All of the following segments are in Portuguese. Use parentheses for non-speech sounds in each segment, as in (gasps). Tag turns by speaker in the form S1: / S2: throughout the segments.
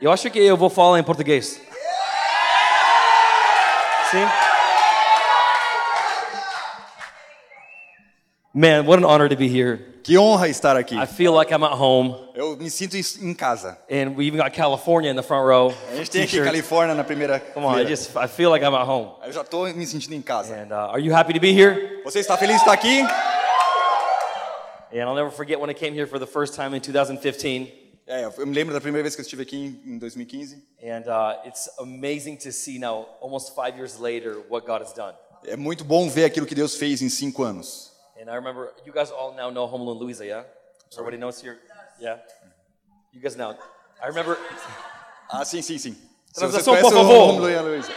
S1: Eu acho que eu vou falar em português. Sim. Man, what an honor to be here.
S2: Que honra estar aqui.
S1: I feel like I'm at home,
S2: Eu me sinto em- em casa.
S1: and we even got California in the front row.
S2: A gente tem aqui
S1: T-shirt.
S2: Califórnia na primeira.
S1: Come on, I
S2: fileira.
S1: just I feel like I'm at home.
S2: Eu já tô me sentindo em casa.
S1: And uh, are you happy to be here?
S2: Você está feliz de estar aqui?
S1: And I'll never forget when I came here for the first time in 2015.
S2: É, eu me lembro da primeira vez que eu estive aqui em em 2015.
S1: And uh, it's amazing to see now, almost five years later, what God has done.
S2: É muito bom ver aquilo que Deus fez em cinco anos.
S1: And I remember you guys all now know Home Alone Louisa, yeah? Everybody knows here? Yeah? You guys know. I remember
S2: Ah, sim, sim, sim. Se você
S1: Transação,
S2: conhece
S1: por
S2: o
S1: favor.
S2: Romulo e a Luísa.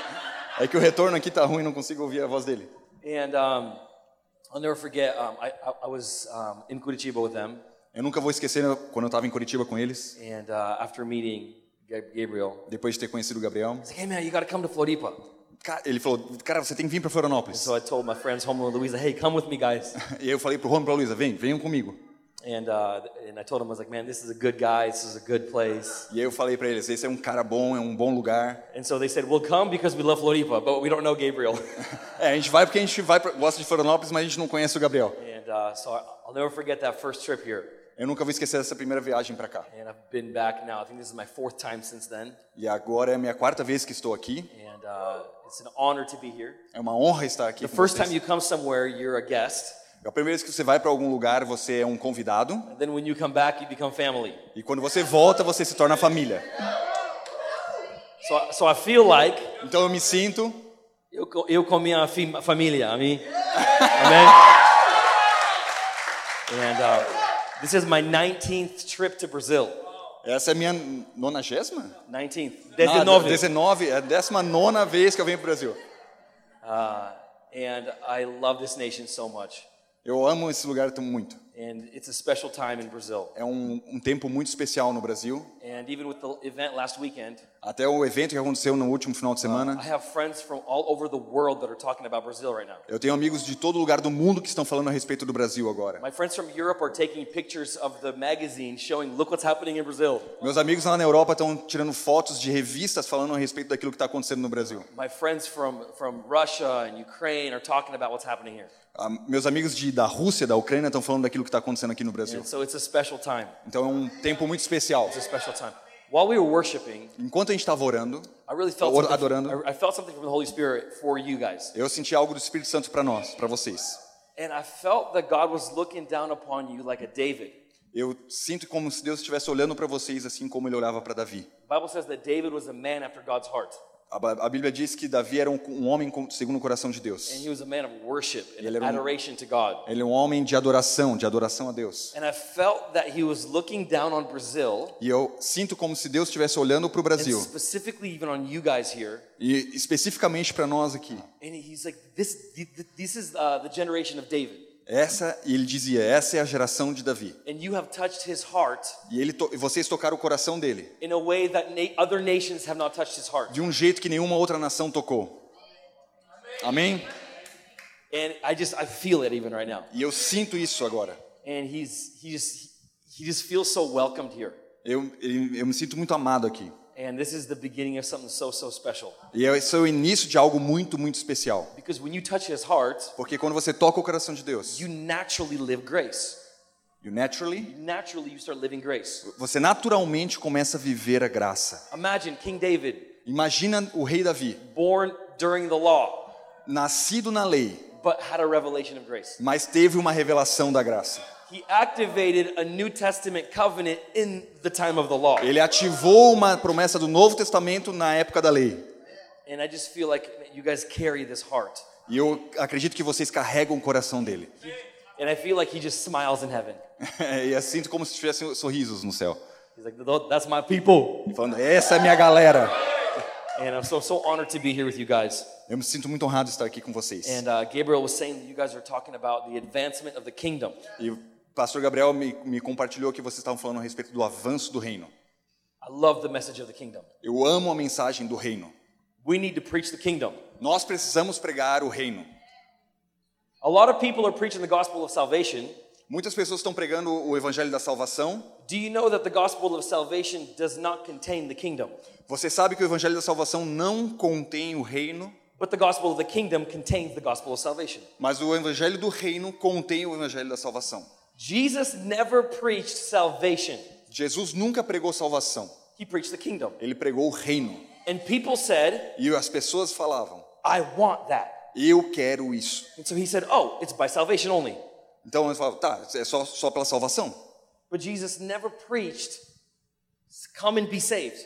S2: É que o retorno aqui tá ruim, não consigo ouvir a voz dele.
S1: and um, I'll never forget um, I, I, I was um, in Curitiba with them
S2: Eu nunca vou esquecer né, quando eu estava em Curitiba com eles,
S1: and uh, after meeting Gab- Gabriel,
S2: depois de ter conhecido o Gabriel.
S1: he's like, hey man, you gotta come to Floripa.
S2: Cara, Ele falou, cara, você tem que vir para Florianópolis.
S1: So I told my friends Home Alone Louisa, hey, come with me guys.
S2: E eu falei pro Romulo e pra Luísa, vem, venham comigo.
S1: and, uh, and I told them, I was like, man, this is a good guy, this is a good place.
S2: E aí eu falei para eles, esse é um cara bom, é um bom lugar.
S1: And so they said, we'll come because we love Floripa, but we don't know Gabriel. (laughs)
S2: É, a gente vai porque a gente vai pra, gosta de Florianópolis, mas a gente não conhece o Gabriel.
S1: and uh, so I- I'll never forget that first trip here.
S2: Eu nunca vou esquecer dessa primeira viagem para cá.
S1: And I've been back now. I think this is my fourth time since then.
S2: E agora é a minha quarta vez que estou aqui.
S1: And uh, it's an honor to be here.
S2: É uma honra estar aqui.
S1: The
S2: com
S1: first
S2: vocês.
S1: time you come somewhere, you're a guest.
S2: É a primeira vez que você vai para algum lugar, você é um convidado.
S1: And then when you come back, you become family.
S2: E quando você volta, você se torna família.
S1: So, I- so I feel like
S2: Então eu me sinto.
S1: eu, co- eu com minha fi- família, I mean, (laughs) amen. And uh, this is my 19th trip to Brazil.
S2: Essa é a minha nonagésima?
S1: 19th,
S2: Ah,
S1: 19.
S2: 19. É a décima nona vez que eu venho para o Brasil.
S1: Uh, and I love this nation so much.
S2: Eu amo esse lugar tão muito.
S1: And it's a special time in Brazil.
S2: É um, um tempo muito especial no Brasil.
S1: And even with the event last weekend,
S2: Até o evento que aconteceu no último final
S1: I
S2: de semana.
S1: have friends from all over the world that are talking about Brazil right now.
S2: Eu tenho amigos de todo lugar do mundo que estão falando a respeito do Brasil agora.
S1: My friends from Europe are taking pictures of the magazine showing, look what's happening in Brazil.
S2: Meus amigos lá na Europa estão tirando fotos de revistas falando a respeito daquilo que está acontecendo no Brasil.
S1: My friends from, from Russia and Ukraine are talking about what's happening here.
S2: Ah, meus amigos de, da Rússia, da Ucrânia, estão falando daquilo que está acontecendo aqui no Brasil.
S1: And so it's a special time.
S2: Então é um tempo muito especial.
S1: It's a special time. While we were worshiping,
S2: Enquanto a gente estava orando,
S1: I really felt
S2: Or-
S1: something,
S2: adorando.
S1: I, I felt something from the Holy Spirit for you guys.
S2: eu senti algo do Espírito Santo para nós, para vocês.
S1: And I felt that God was looking down upon you like a David.
S2: Eu sinto como se Deus estivesse olhando para vocês assim como ele olhava para Davi.
S1: The Bible says that David was a man after God's heart.
S2: A, Ba- a Bíblia diz que Davi era um, um homem com- segundo o coração de
S1: And
S2: Deus.
S1: he was a man of worship
S2: Ele
S1: and
S2: era um-
S1: adoration to God.
S2: Ele é um homem de adoração, de adoração a Deus.
S1: And I felt that he was looking down on Brazil,
S2: E eu sinto como se Deus estivesse olhando para o
S1: and
S2: Brasil,
S1: specifically even on you guys here.
S2: e especificamente para nós aqui.
S1: And he's like, this, th- th- this is uh, the generation of David.
S2: Essa, e ele dizia, essa é a geração de Davi.
S1: And you have touched his heart
S2: E ele to, e vocês tocaram o coração dele,
S1: in a way that na- other nations have not touched his heart.
S2: de um jeito que nenhuma outra nação tocou. Amém?
S1: And I just, I feel it even right now.
S2: E eu sinto isso agora.
S1: And he's, he just, he just feels so welcomed here.
S2: Eu, eu, eu me sinto muito amado aqui.
S1: And this is the beginning of something so, so special.
S2: E esse é o início de algo muito, muito especial.
S1: Because when you touch his heart,
S2: Porque quando você toca o coração de Deus,
S1: you naturally live grace.
S2: you naturally,
S1: Naturally, you start living grace.
S2: você naturalmente começa a viver a graça.
S1: Imagine King David,
S2: Imagina o rei Davi,
S1: born during the law.
S2: nascido na lei,
S1: but had a revelation of grace.
S2: mas teve uma revelação da graça.
S1: He activated a New Testament covenant in the time of the law.
S2: Ele ativou uma promessa do Novo Testamento na época da lei.
S1: And I just feel like you guys carry this heart.
S2: E eu acredito que vocês carregam o coração dele. (laughs)
S1: And I feel like he just smiles in heaven.
S2: e eu sinto como se tivessem sorrisos no céu.
S1: He's like, "Tho- that's my people.
S2: E Falando, essa é a minha galera.
S1: And I'm so, so honored to be here with you guys.
S2: Eu me sinto muito honrado de estar aqui com vocês.
S1: And uh, Gabriel was saying that you guys are talking about the advancement of the kingdom.
S2: E o pastor Gabriel me, me compartilhou que vocês estavam falando a respeito do avanço do reino.
S1: I love the message of the kingdom.
S2: Eu amo a mensagem do reino.
S1: We need to preach the kingdom.
S2: Nós precisamos pregar o reino.
S1: A lot of people are preaching the gospel of salvation,
S2: Muitas pessoas estão pregando o evangelho da salvação.
S1: Do you know that the gospel of salvation does not contain the kingdom?
S2: Você sabe que o evangelho da salvação não contém o reino,
S1: But the gospel of the kingdom contains the gospel of salvation.
S2: mas o evangelho do reino contém o evangelho da salvação.
S1: Jesus never preached salvation,
S2: Jesus nunca pregou salvação,
S1: he preached the kingdom.
S2: ele pregou o reino.
S1: And people said,
S2: E as pessoas falavam:
S1: I want that.
S2: Eu quero isso.
S1: And so he said, Oh, it's by salvation only.
S2: Então eles falavam: Tá, é só, só pela salvação.
S1: But Jesus never preached, Come and be saved.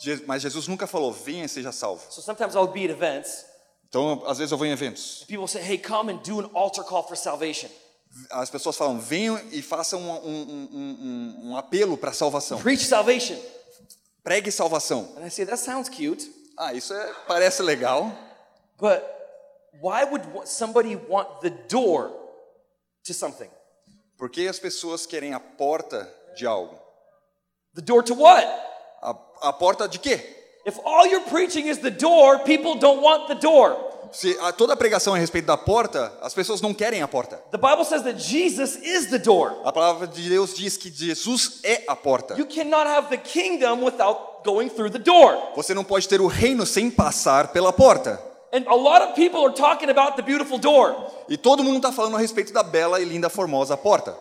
S2: Je- Mas Jesus nunca falou: Venha e seja salvo.
S1: So sometimes I'll be at events,
S2: Então, às vezes eu vou em eventos.
S1: people say, Hey, come and do an altar call for salvation.
S2: As pessoas falam: Venham e façam um, um- um- um- um apelo para salvação.
S1: Preach salvation.
S2: Pregue salvação.
S1: And I say, That sounds cute,
S2: Ah, isso é, parece legal.
S1: but why would wa- somebody want the door to something?
S2: Porque as pessoas querem a porta de algo.
S1: The door to what?
S2: A, a porta de quê?
S1: If all you're preaching is the door, people don't want the door.
S2: Se a, toda a pregação é a respeito da porta, as pessoas não querem a porta.
S1: The Bible says that Jesus is the door.
S2: A palavra de Deus diz que Jesus é a porta.
S1: You cannot have the kingdom without going through the door.
S2: Você não pode ter o reino sem passar pela porta.
S1: And a lot of people are talking about the beautiful door.
S2: E todo mundo está falando a respeito da bela e linda, formosa porta.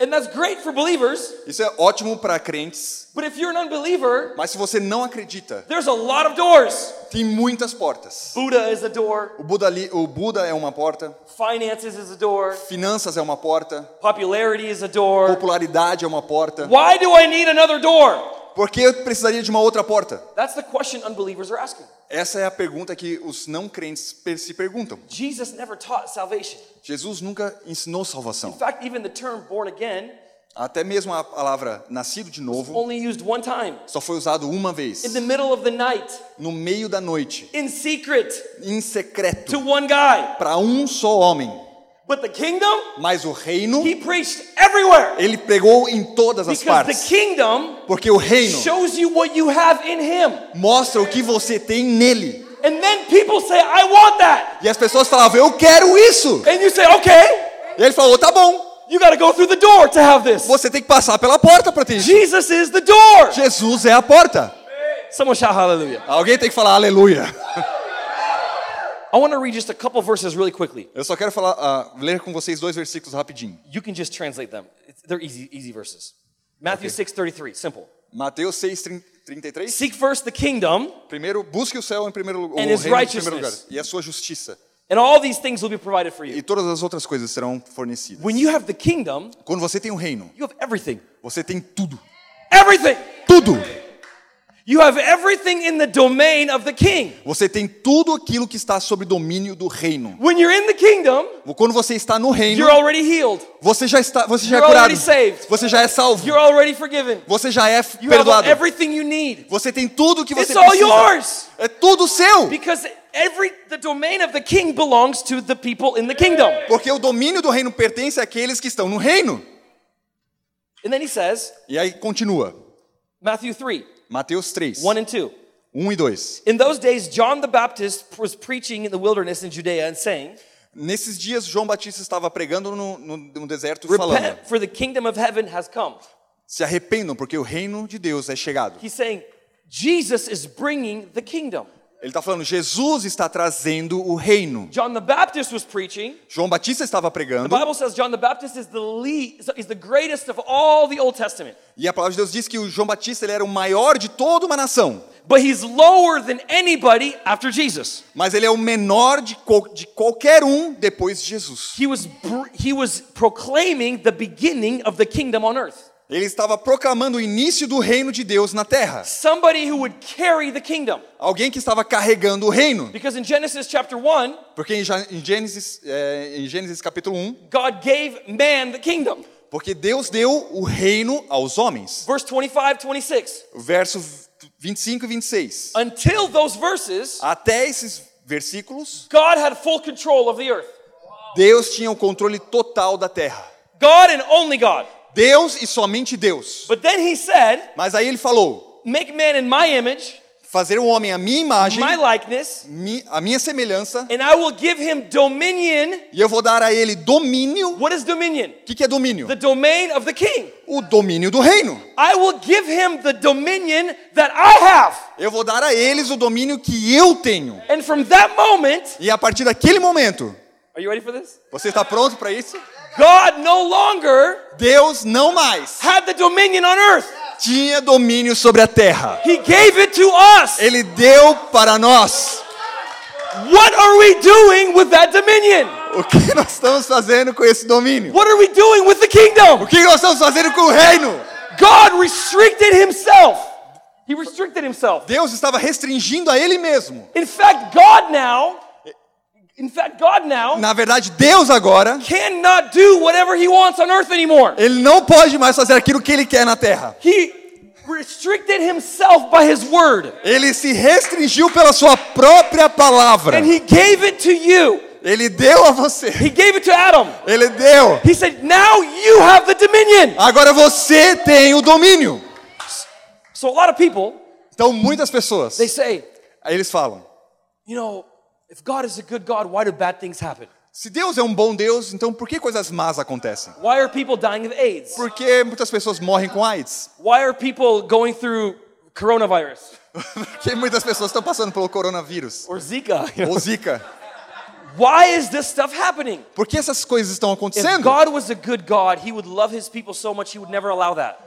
S1: And that's great for believers,
S2: Isso é ótimo para crentes,
S1: but if you're an unbeliever,
S2: mas se você não acredita,
S1: there's a lot of doors.
S2: tem muitas portas.
S1: Buddha is a door,
S2: O Buda, ali- o Buda é uma porta,
S1: finances is a door,
S2: finanças é uma porta,
S1: popularity is a door.
S2: popularidade é uma porta.
S1: Why do I need another door?
S2: Por que eu precisaria de uma outra porta?
S1: That's the question unbelievers are asking.
S2: Essa é a pergunta que os não crentes per- se perguntam.
S1: Jesus never taught salvation.
S2: Jesus nunca ensinou
S1: In
S2: salvação.
S1: fact, even the term born again
S2: Até mesmo a palavra nascido de novo
S1: only used one time
S2: só foi usado uma vez,
S1: in the middle of the night,
S2: no meio da noite,
S1: in secret,
S2: em
S1: to
S2: secreto,
S1: one guy.
S2: para um só homem.
S1: But the kingdom,
S2: Mas o reino,
S1: he preached everywhere.
S2: ele pregou em todas as
S1: Because the
S2: partes.
S1: kingdom
S2: Porque o reino
S1: shows you what you have in him.
S2: mostra o que você tem nele.
S1: And then people say, I want that.
S2: E as pessoas falavam, eu quero isso.
S1: And you say, okay,
S2: E ele falou, tá bom,
S1: you got to go through the door to have this.
S2: você tem que passar pela porta para ter isso.
S1: Jesus is the door.
S2: Jesus é a porta.
S1: Someone shout hallelujah.
S2: Alguém tem que falar aleluia.
S1: I want to read just a couple verses really quickly.
S2: Eu só quero falar, ah, ler com vocês dois versículos rapidinho.
S1: You can just translate them. It's- They're easy, easy verses. Matthew 6:33, simple.
S2: Mateus 6, 33.
S1: Seek first the kingdom,
S2: Primeiro, busque o céu em primeiro lugar,
S1: And
S2: o
S1: his
S2: reino em primeiro lugar.
S1: righteousness.
S2: E a sua justiça.
S1: and all these things will be provided for you.
S2: E todas as outras coisas serão fornecidas.
S1: When you have the kingdom,
S2: Quando você tem o reino,
S1: you have everything.
S2: você tem tudo.
S1: Everything.
S2: Tudo!
S1: You have everything in the domain of the king.
S2: Você tem tudo aquilo que está sob domínio do reino.
S1: When you're in the kingdom,
S2: Quando você está no reino,
S1: you're already healed.
S2: Você já está, você já é
S1: You're
S2: curado.
S1: already saved.
S2: Você já é salvo.
S1: You're already forgiven.
S2: Você já é f-
S1: You have
S2: perdoado.
S1: everything you need.
S2: Você tem tudo o que você
S1: It's all
S2: precisa.
S1: yours.
S2: É tudo seu.
S1: Because every the domain of the king belongs to the people in the kingdom.
S2: Porque o domínio do reino pertence àqueles que estão no reino.
S1: And then he says,
S2: E aí continua.
S1: Matthew 3,
S2: Mateus 3,
S1: 1 and 2.
S2: 1 e 2.
S1: In those days, John the Baptist was preaching in the wilderness in Judea and saying,
S2: Nesses dias, João Batista estava pregando no, no- no deserto falando:
S1: Repent, for the kingdom of heaven has come.
S2: Se arrependam, porque o reino de Deus é chegado.
S1: He's saying, Jesus is bringing the kingdom.
S2: Ele está falando: Jesus está trazendo o reino.
S1: John the Baptist was preaching.
S2: João Batista estava
S1: The
S2: pregando.
S1: Bible says John the Baptist is the lead, is the greatest of all the Old Testament.
S2: E a palavra de Deus diz que o João Batista ele era o maior de toda uma nação.
S1: But he's lower than anybody after Jesus.
S2: Mas ele é o menor de, qual- de qualquer um depois de Jesus.
S1: He was br- he was proclaiming the beginning of the kingdom on earth.
S2: Ele estava proclamando o início do reino de Deus na terra.
S1: Somebody who would carry the kingdom.
S2: Alguém que estava carregando o reino.
S1: Because in Genesis chapter 1,
S2: Porque em Ja- em Gênesis, é, em Gênesis capítulo 1,
S1: God gave man the kingdom.
S2: porque Deus deu o reino aos homens.
S1: Verse 25, 26.
S2: Verso 25 e 26.
S1: Until those verses,
S2: Até esses versículos,
S1: God had full control of the earth.
S2: Deus tinha o controle total da terra.
S1: God and only God.
S2: Deus e somente Deus.
S1: But then he said,
S2: Mas aí ele falou:
S1: Make man in my image,
S2: fazer o homem à minha imagem,
S1: my likeness,
S2: mi- à minha semelhança,
S1: and I will give him dominion.
S2: e eu vou dar a ele domínio.
S1: What is dominion?
S2: O que, que é domínio?
S1: The domain of the king.
S2: O domínio do reino.
S1: I will give him the dominion that I have.
S2: Eu vou dar a eles o domínio que eu tenho.
S1: And from that moment,
S2: E a partir daquele momento,
S1: are you ready for this?
S2: você está pronto para isso?
S1: God no longer
S2: Deus não mais
S1: had the dominion on earth.
S2: tinha domínio sobre a terra.
S1: He gave it to us.
S2: Ele deu para nós.
S1: What are we doing with that dominion?
S2: O que nós estamos fazendo com esse domínio?
S1: What are we doing with the kingdom?
S2: O que nós estamos fazendo com o reino?
S1: God restricted himself. He restricted himself.
S2: Deus estava restringindo a ele mesmo.
S1: In fact, God now, in fact, God now
S2: Na verdade, Deus agora,
S1: cannot do whatever he wants on earth anymore.
S2: ele não pode mais fazer aquilo que ele quer na terra.
S1: He restricted himself by his word.
S2: Ele se restringiu pela sua própria palavra.
S1: And he gave it to you.
S2: Ele deu a você.
S1: He gave it to Adam.
S2: Ele deu.
S1: He said, Now you have the dominion.
S2: Agora você tem o domínio.
S1: So a lot of people,
S2: Então muitas pessoas,
S1: they say,
S2: aí eles falam:
S1: You know, if God is a good God, why do bad things happen?
S2: se Deus é um bom Deus, então por que coisas más acontecem?
S1: Why are people dying of AIDS?
S2: Por que muitas pessoas morrem com AIDS? (laughs)
S1: Why are people going through coronavirus
S2: Por que muitas pessoas estão passando pelo coronavírus?
S1: or Zika? (laughs)
S2: Ou Zika?
S1: Why is this stuff happening?
S2: Por que essas coisas estão
S1: If
S2: acontecendo?
S1: God was a good God, He would love His people so much He would never allow that.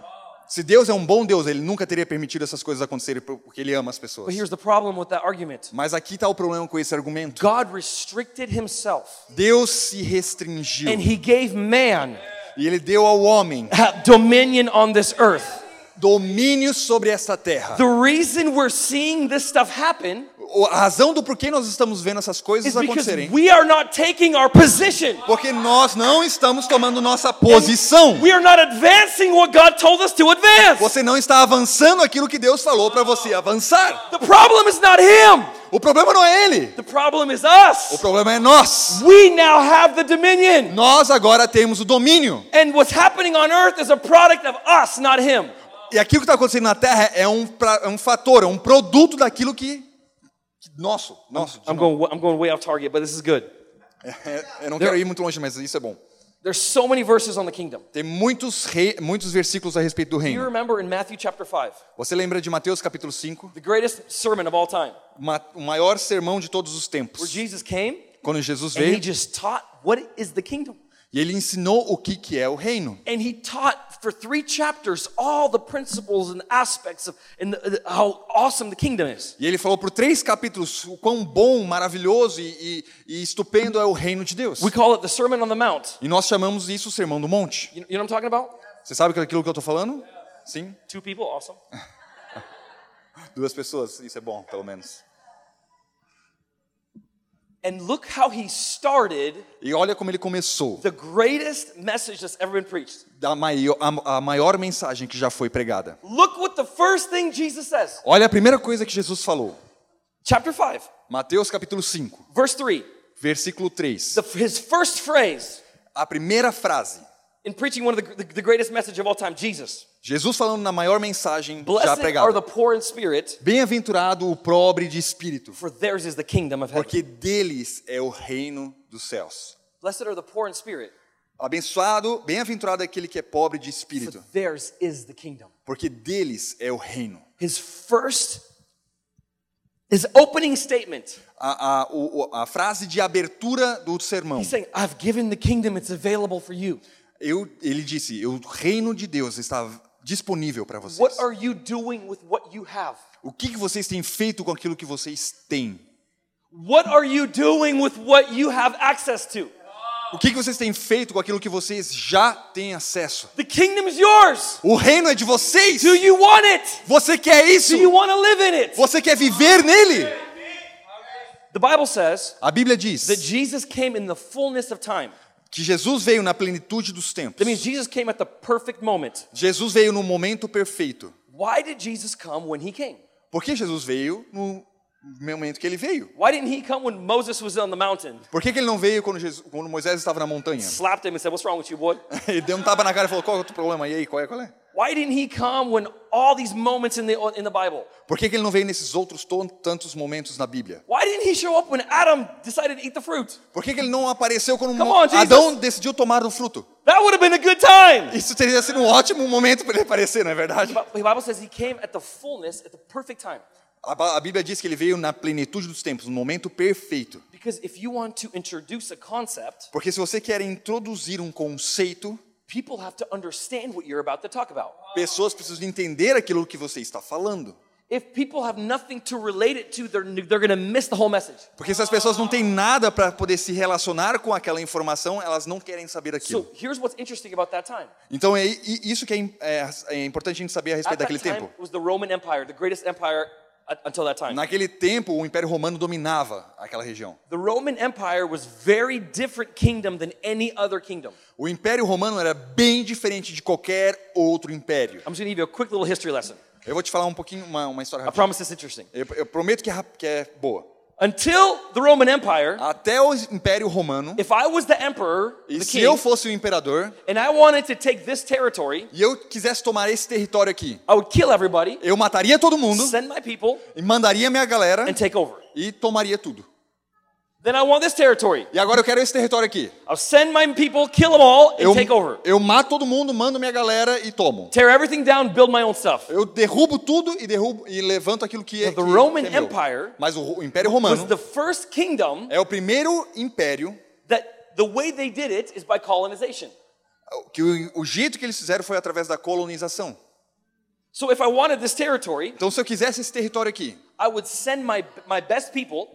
S2: Se Deus é um bom Deus, ele nunca teria permitido essas coisas acontecerem por- porque ele ama as pessoas.
S1: But here's the problem with that argument
S2: Mas aqui está o problema com esse argumento.
S1: God restricted Himself
S2: Deus se restringiu
S1: and He gave man (laughs)
S2: e ele deu ao homem
S1: dominion on this earth.
S2: domínio sobre essa terra.
S1: The reason we're seeing this stuff happen
S2: O- A razão do porquê nós estamos vendo essas
S1: is
S2: coisas
S1: because
S2: acontecerem
S1: we are not taking our position.
S2: Porque nós não estamos tomando nossa posição.
S1: We are not advancing what God told us to advance.
S2: Você não está avançando aquilo que Deus falou para você avançar.
S1: The problem is not Him,
S2: O problema não é ele.
S1: the problem is
S2: O
S1: us.
S2: problema é nós.
S1: We now have the dominion.
S2: Nós agora temos o domínio.
S1: And what's happening on earth is a product of us, not him.
S2: E aquilo que está acontecendo na Terra é um, pra- é um fator, é um produto daquilo que. que nosso. Nosso. de
S1: I'm
S2: nós.
S1: going, I'm going way off target, but this is good.
S2: É, eu não quero ir muito longe, mas isso é bom.
S1: There's so many verses on the kingdom.
S2: Tem muitos, rei, muitos versículos a respeito do
S1: You
S2: reino.
S1: remember in Matthew chapter 5,
S2: Você lembra de Mateus capítulo 5?
S1: the greatest sermon of all time,
S2: Ma- O maior sermão de todos os
S1: where
S2: tempos.
S1: Jesus came
S2: Quando Jesus
S1: and he
S2: veio
S1: just taught what is the kingdom.
S2: e ele ensinou o que, que é o reino.
S1: And he taught for three chapters all the principles and aspects of and the, the- how awesome the kingdom is.
S2: E ele falou por três capítulos o quão bom, maravilhoso e, e- e estupendo é o reino de Deus.
S1: We call it the Sermon on the Mount.
S2: E nós chamamos isso o Sermão do Monte.
S1: You, you know what I'm talking about?
S2: Você sabe aquilo que eu estou falando? Sim?
S1: Two people, awesome.
S2: Duas pessoas, isso é bom, pelo menos.
S1: And look how he started
S2: E olha como ele começou,
S1: the greatest message that's ever been preached.
S2: da maior, a, a maior mensagem que já foi pregada.
S1: Look what the first thing Jesus says.
S2: Olha a primeira coisa que Jesus falou.
S1: Chapter 5,
S2: Mateus capítulo 5,
S1: verse 3.
S2: versículo 3.
S1: The, his first phrase
S2: A primeira frase.
S1: in preaching one of the, the, the greatest message of all time, Jesus.
S2: Jesus falando na maior mensagem já
S1: Blessed are the
S2: pregada.
S1: poor in spirit,
S2: Bem-aventurado o pobre de espírito,
S1: for theirs is the kingdom of heaven.
S2: porque deles é o reino dos céus.
S1: Blessed are the poor in spirit,
S2: Abençoado, bem-aventurado é aquele que é pobre de
S1: for
S2: espírito,
S1: theirs is the kingdom.
S2: porque deles é o reino.
S1: His first, his opening statement.
S2: A, a- o- o- a frase de abertura do sermão,
S1: He's saying, I've given the kingdom, it's available for you.
S2: eu, ele disse: "O reino de Deus está disponível para vocês.
S1: What are you doing with what you have?
S2: O que, que vocês têm feito com aquilo que vocês têm?
S1: What are you doing with what you have access to?
S2: O que, que vocês têm feito com aquilo que vocês já têm acesso?
S1: The kingdom is yours.
S2: O reino é de vocês.
S1: Do you want it?
S2: Você quer isso?
S1: Do you want to live in it?
S2: Você quer viver nele?
S1: The Bible says
S2: A Bíblia
S1: that
S2: diz
S1: Jesus came in the fullness of time.
S2: que Jesus veio na plenitude dos tempos.
S1: That means Jesus came at the perfect moment.
S2: Jesus veio no momento perfeito.
S1: Why did Jesus come when he came?
S2: Por que Jesus veio no momento que ele veio?
S1: Why didn't he come when Moses was on the mountain?
S2: Por que, que ele não veio quando, Jesus- quando Moisés estava na montanha? (laughs)
S1: Slapped him and said, What's wrong with you, boy?
S2: Ele deu um tapa na cara e falou: qual é o teu problema? E aí, qual é? Qual é?
S1: Why didn't he come when all these moments in the, in the Bible?
S2: Por que, que ele não veio nesses outros ton- tantos momentos na Bíblia?
S1: Why didn't he show up when Adam decided to eat the fruit?
S2: Por que, que ele não apareceu quando
S1: Come on, Jesus.
S2: Adão decidiu tomar do fruto?
S1: That would have been a good time.
S2: Isso teria sido um ótimo momento para ele aparecer, não é verdade?
S1: But the Bible says he came at the fullness, at the perfect time.
S2: A, Ba- a Bíblia diz que ele veio na plenitude dos tempos, no momento perfeito.
S1: Because if you want to introduce a concept,
S2: Porque se você quer introduzir um conceito,
S1: people have to understand what you're about to talk about.
S2: pessoas precisam entender aquilo que você está falando.
S1: If people have nothing to relate it to, they're, they're going to miss the whole message.
S2: Porque se as pessoas não têm nada para poder se relacionar com aquela informação, elas não querem saber aquilo.
S1: So here's what's interesting about that time.
S2: Então é i- isso que é, im- é- é importante a gente saber a
S1: At
S2: respeito
S1: that
S2: daquele
S1: time
S2: tempo.
S1: it was the Roman Empire, the greatest empire uh, until that time.
S2: Naquele tempo, o Império Romano dominava aquela região.
S1: The Roman Empire was very different kingdom than any other kingdom.
S2: O Império Romano era bem diferente de qualquer outro império.
S1: I'm just gonna give you a quick little history lesson.
S2: Eu vou te falar um pouquinho uma, uma história
S1: I
S2: rápida.
S1: promise it's interesting.
S2: Eu, eu prometo que é, rap- que é boa.
S1: Until the Roman Empire,
S2: Até o Império Romano,
S1: if I was the emperor,
S2: e
S1: the
S2: se eu
S1: king,
S2: fosse o imperador
S1: and I wanted to take this territory,
S2: e eu quisesse tomar esse território aqui,
S1: I would kill everybody,
S2: eu mataria todo mundo
S1: send my people,
S2: e mandaria minha galera
S1: and take over.
S2: e tomaria tudo.
S1: Then I want this territory.
S2: E agora eu quero esse território aqui.
S1: I'll send my people, kill them all, and
S2: Eu,
S1: take over.
S2: eu mato todo mundo, mando minha galera e tomo.
S1: Tear everything down, build my own stuff.
S2: Eu derrubo tudo e derrubo e levanto aquilo que é.
S1: But the
S2: que-
S1: Roman
S2: que é meu.
S1: Empire
S2: Mas o, Ro- o Império
S1: Was
S2: Romano
S1: the first kingdom
S2: é o primeiro império
S1: that the way they did it is by colonization.
S2: que o, o jeito que eles fizeram foi através da colonização.
S1: So if I wanted this territory,
S2: Então, se eu quisesse esse território aqui,
S1: I would send my my best people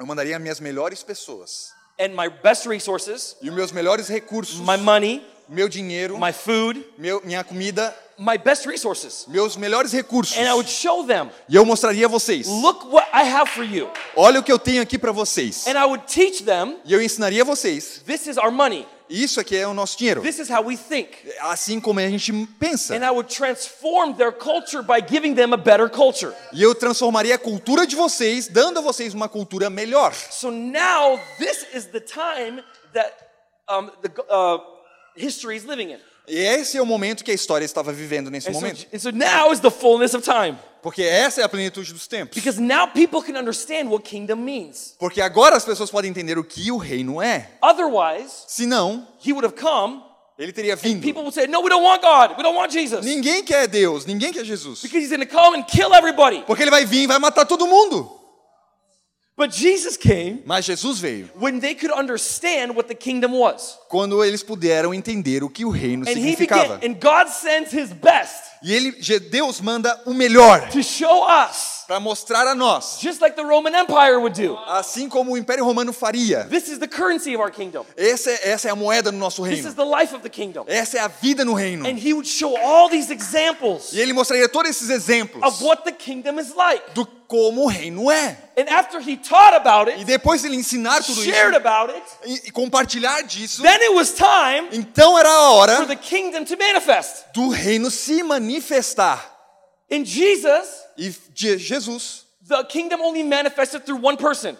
S2: eu mandaria minhas melhores pessoas
S1: and my best resources,
S2: e os meus melhores recursos,
S1: my money,
S2: meu dinheiro,
S1: my food,
S2: meu- minha comida,
S1: my best resources.
S2: meus melhores recursos.
S1: And I would show them,
S2: E eu mostraria a vocês.
S1: look what I have for you.
S2: Olha o que eu tenho aqui para vocês.
S1: And I would teach them,
S2: E eu ensinaria a vocês.
S1: this is our money.
S2: Isso aqui é o nosso dinheiro.
S1: This is how we think.
S2: Assim como a gente pensa.
S1: And I would transform their culture by giving them a better culture.
S2: E eu transformaria a cultura de vocês, dando a vocês uma cultura melhor.
S1: So now this is the time that um, the uh, history is living in.
S2: E esse é o momento que a história estava vivendo nesse
S1: And so,
S2: momento.
S1: and so now is the fullness of time.
S2: Porque essa é a plenitude dos tempos.
S1: Because now people can understand what kingdom means.
S2: Porque agora as pessoas podem entender o que o reino é.
S1: Otherwise,
S2: Se não,
S1: he would have come.
S2: ele teria vindo.
S1: É People would say, No, we don't want God. We don't want Jesus. Because
S2: Ninguém quer Deus, ninguém quer Jesus.
S1: he's going to come and kill everybody.
S2: Porque ele vai vir e vai matar todo mundo.
S1: But Jesus came
S2: Mas Jesus veio
S1: when they could understand what the kingdom was.
S2: quando eles puderam entender o que o reino
S1: And he began,
S2: significava.
S1: and God sends his best
S2: E ele, Je- Deus manda o melhor
S1: to show us,
S2: para mostrar a nós,
S1: just like the Roman Empire would do.
S2: assim como o Império Romano faria.
S1: This is the currency of our kingdom.
S2: Essa é, essa é a moeda no nosso
S1: This is
S2: reino.
S1: the life of the kingdom.
S2: Essa é a vida no reino.
S1: And he would show all these examples
S2: E ele mostraria todos esses exemplos
S1: of what the kingdom is like.
S2: do como o reino é.
S1: And after he taught about
S2: E
S1: it,
S2: depois de ele ensinar tudo
S1: shared
S2: isso
S1: about it,
S2: e, e compartilhar disso,
S1: then it was time
S2: então era a
S1: for
S2: hora
S1: the kingdom to manifest.
S2: do reino se manifestar.
S1: In Jesus,
S2: E de Jesus,
S1: the kingdom only manifested through one person.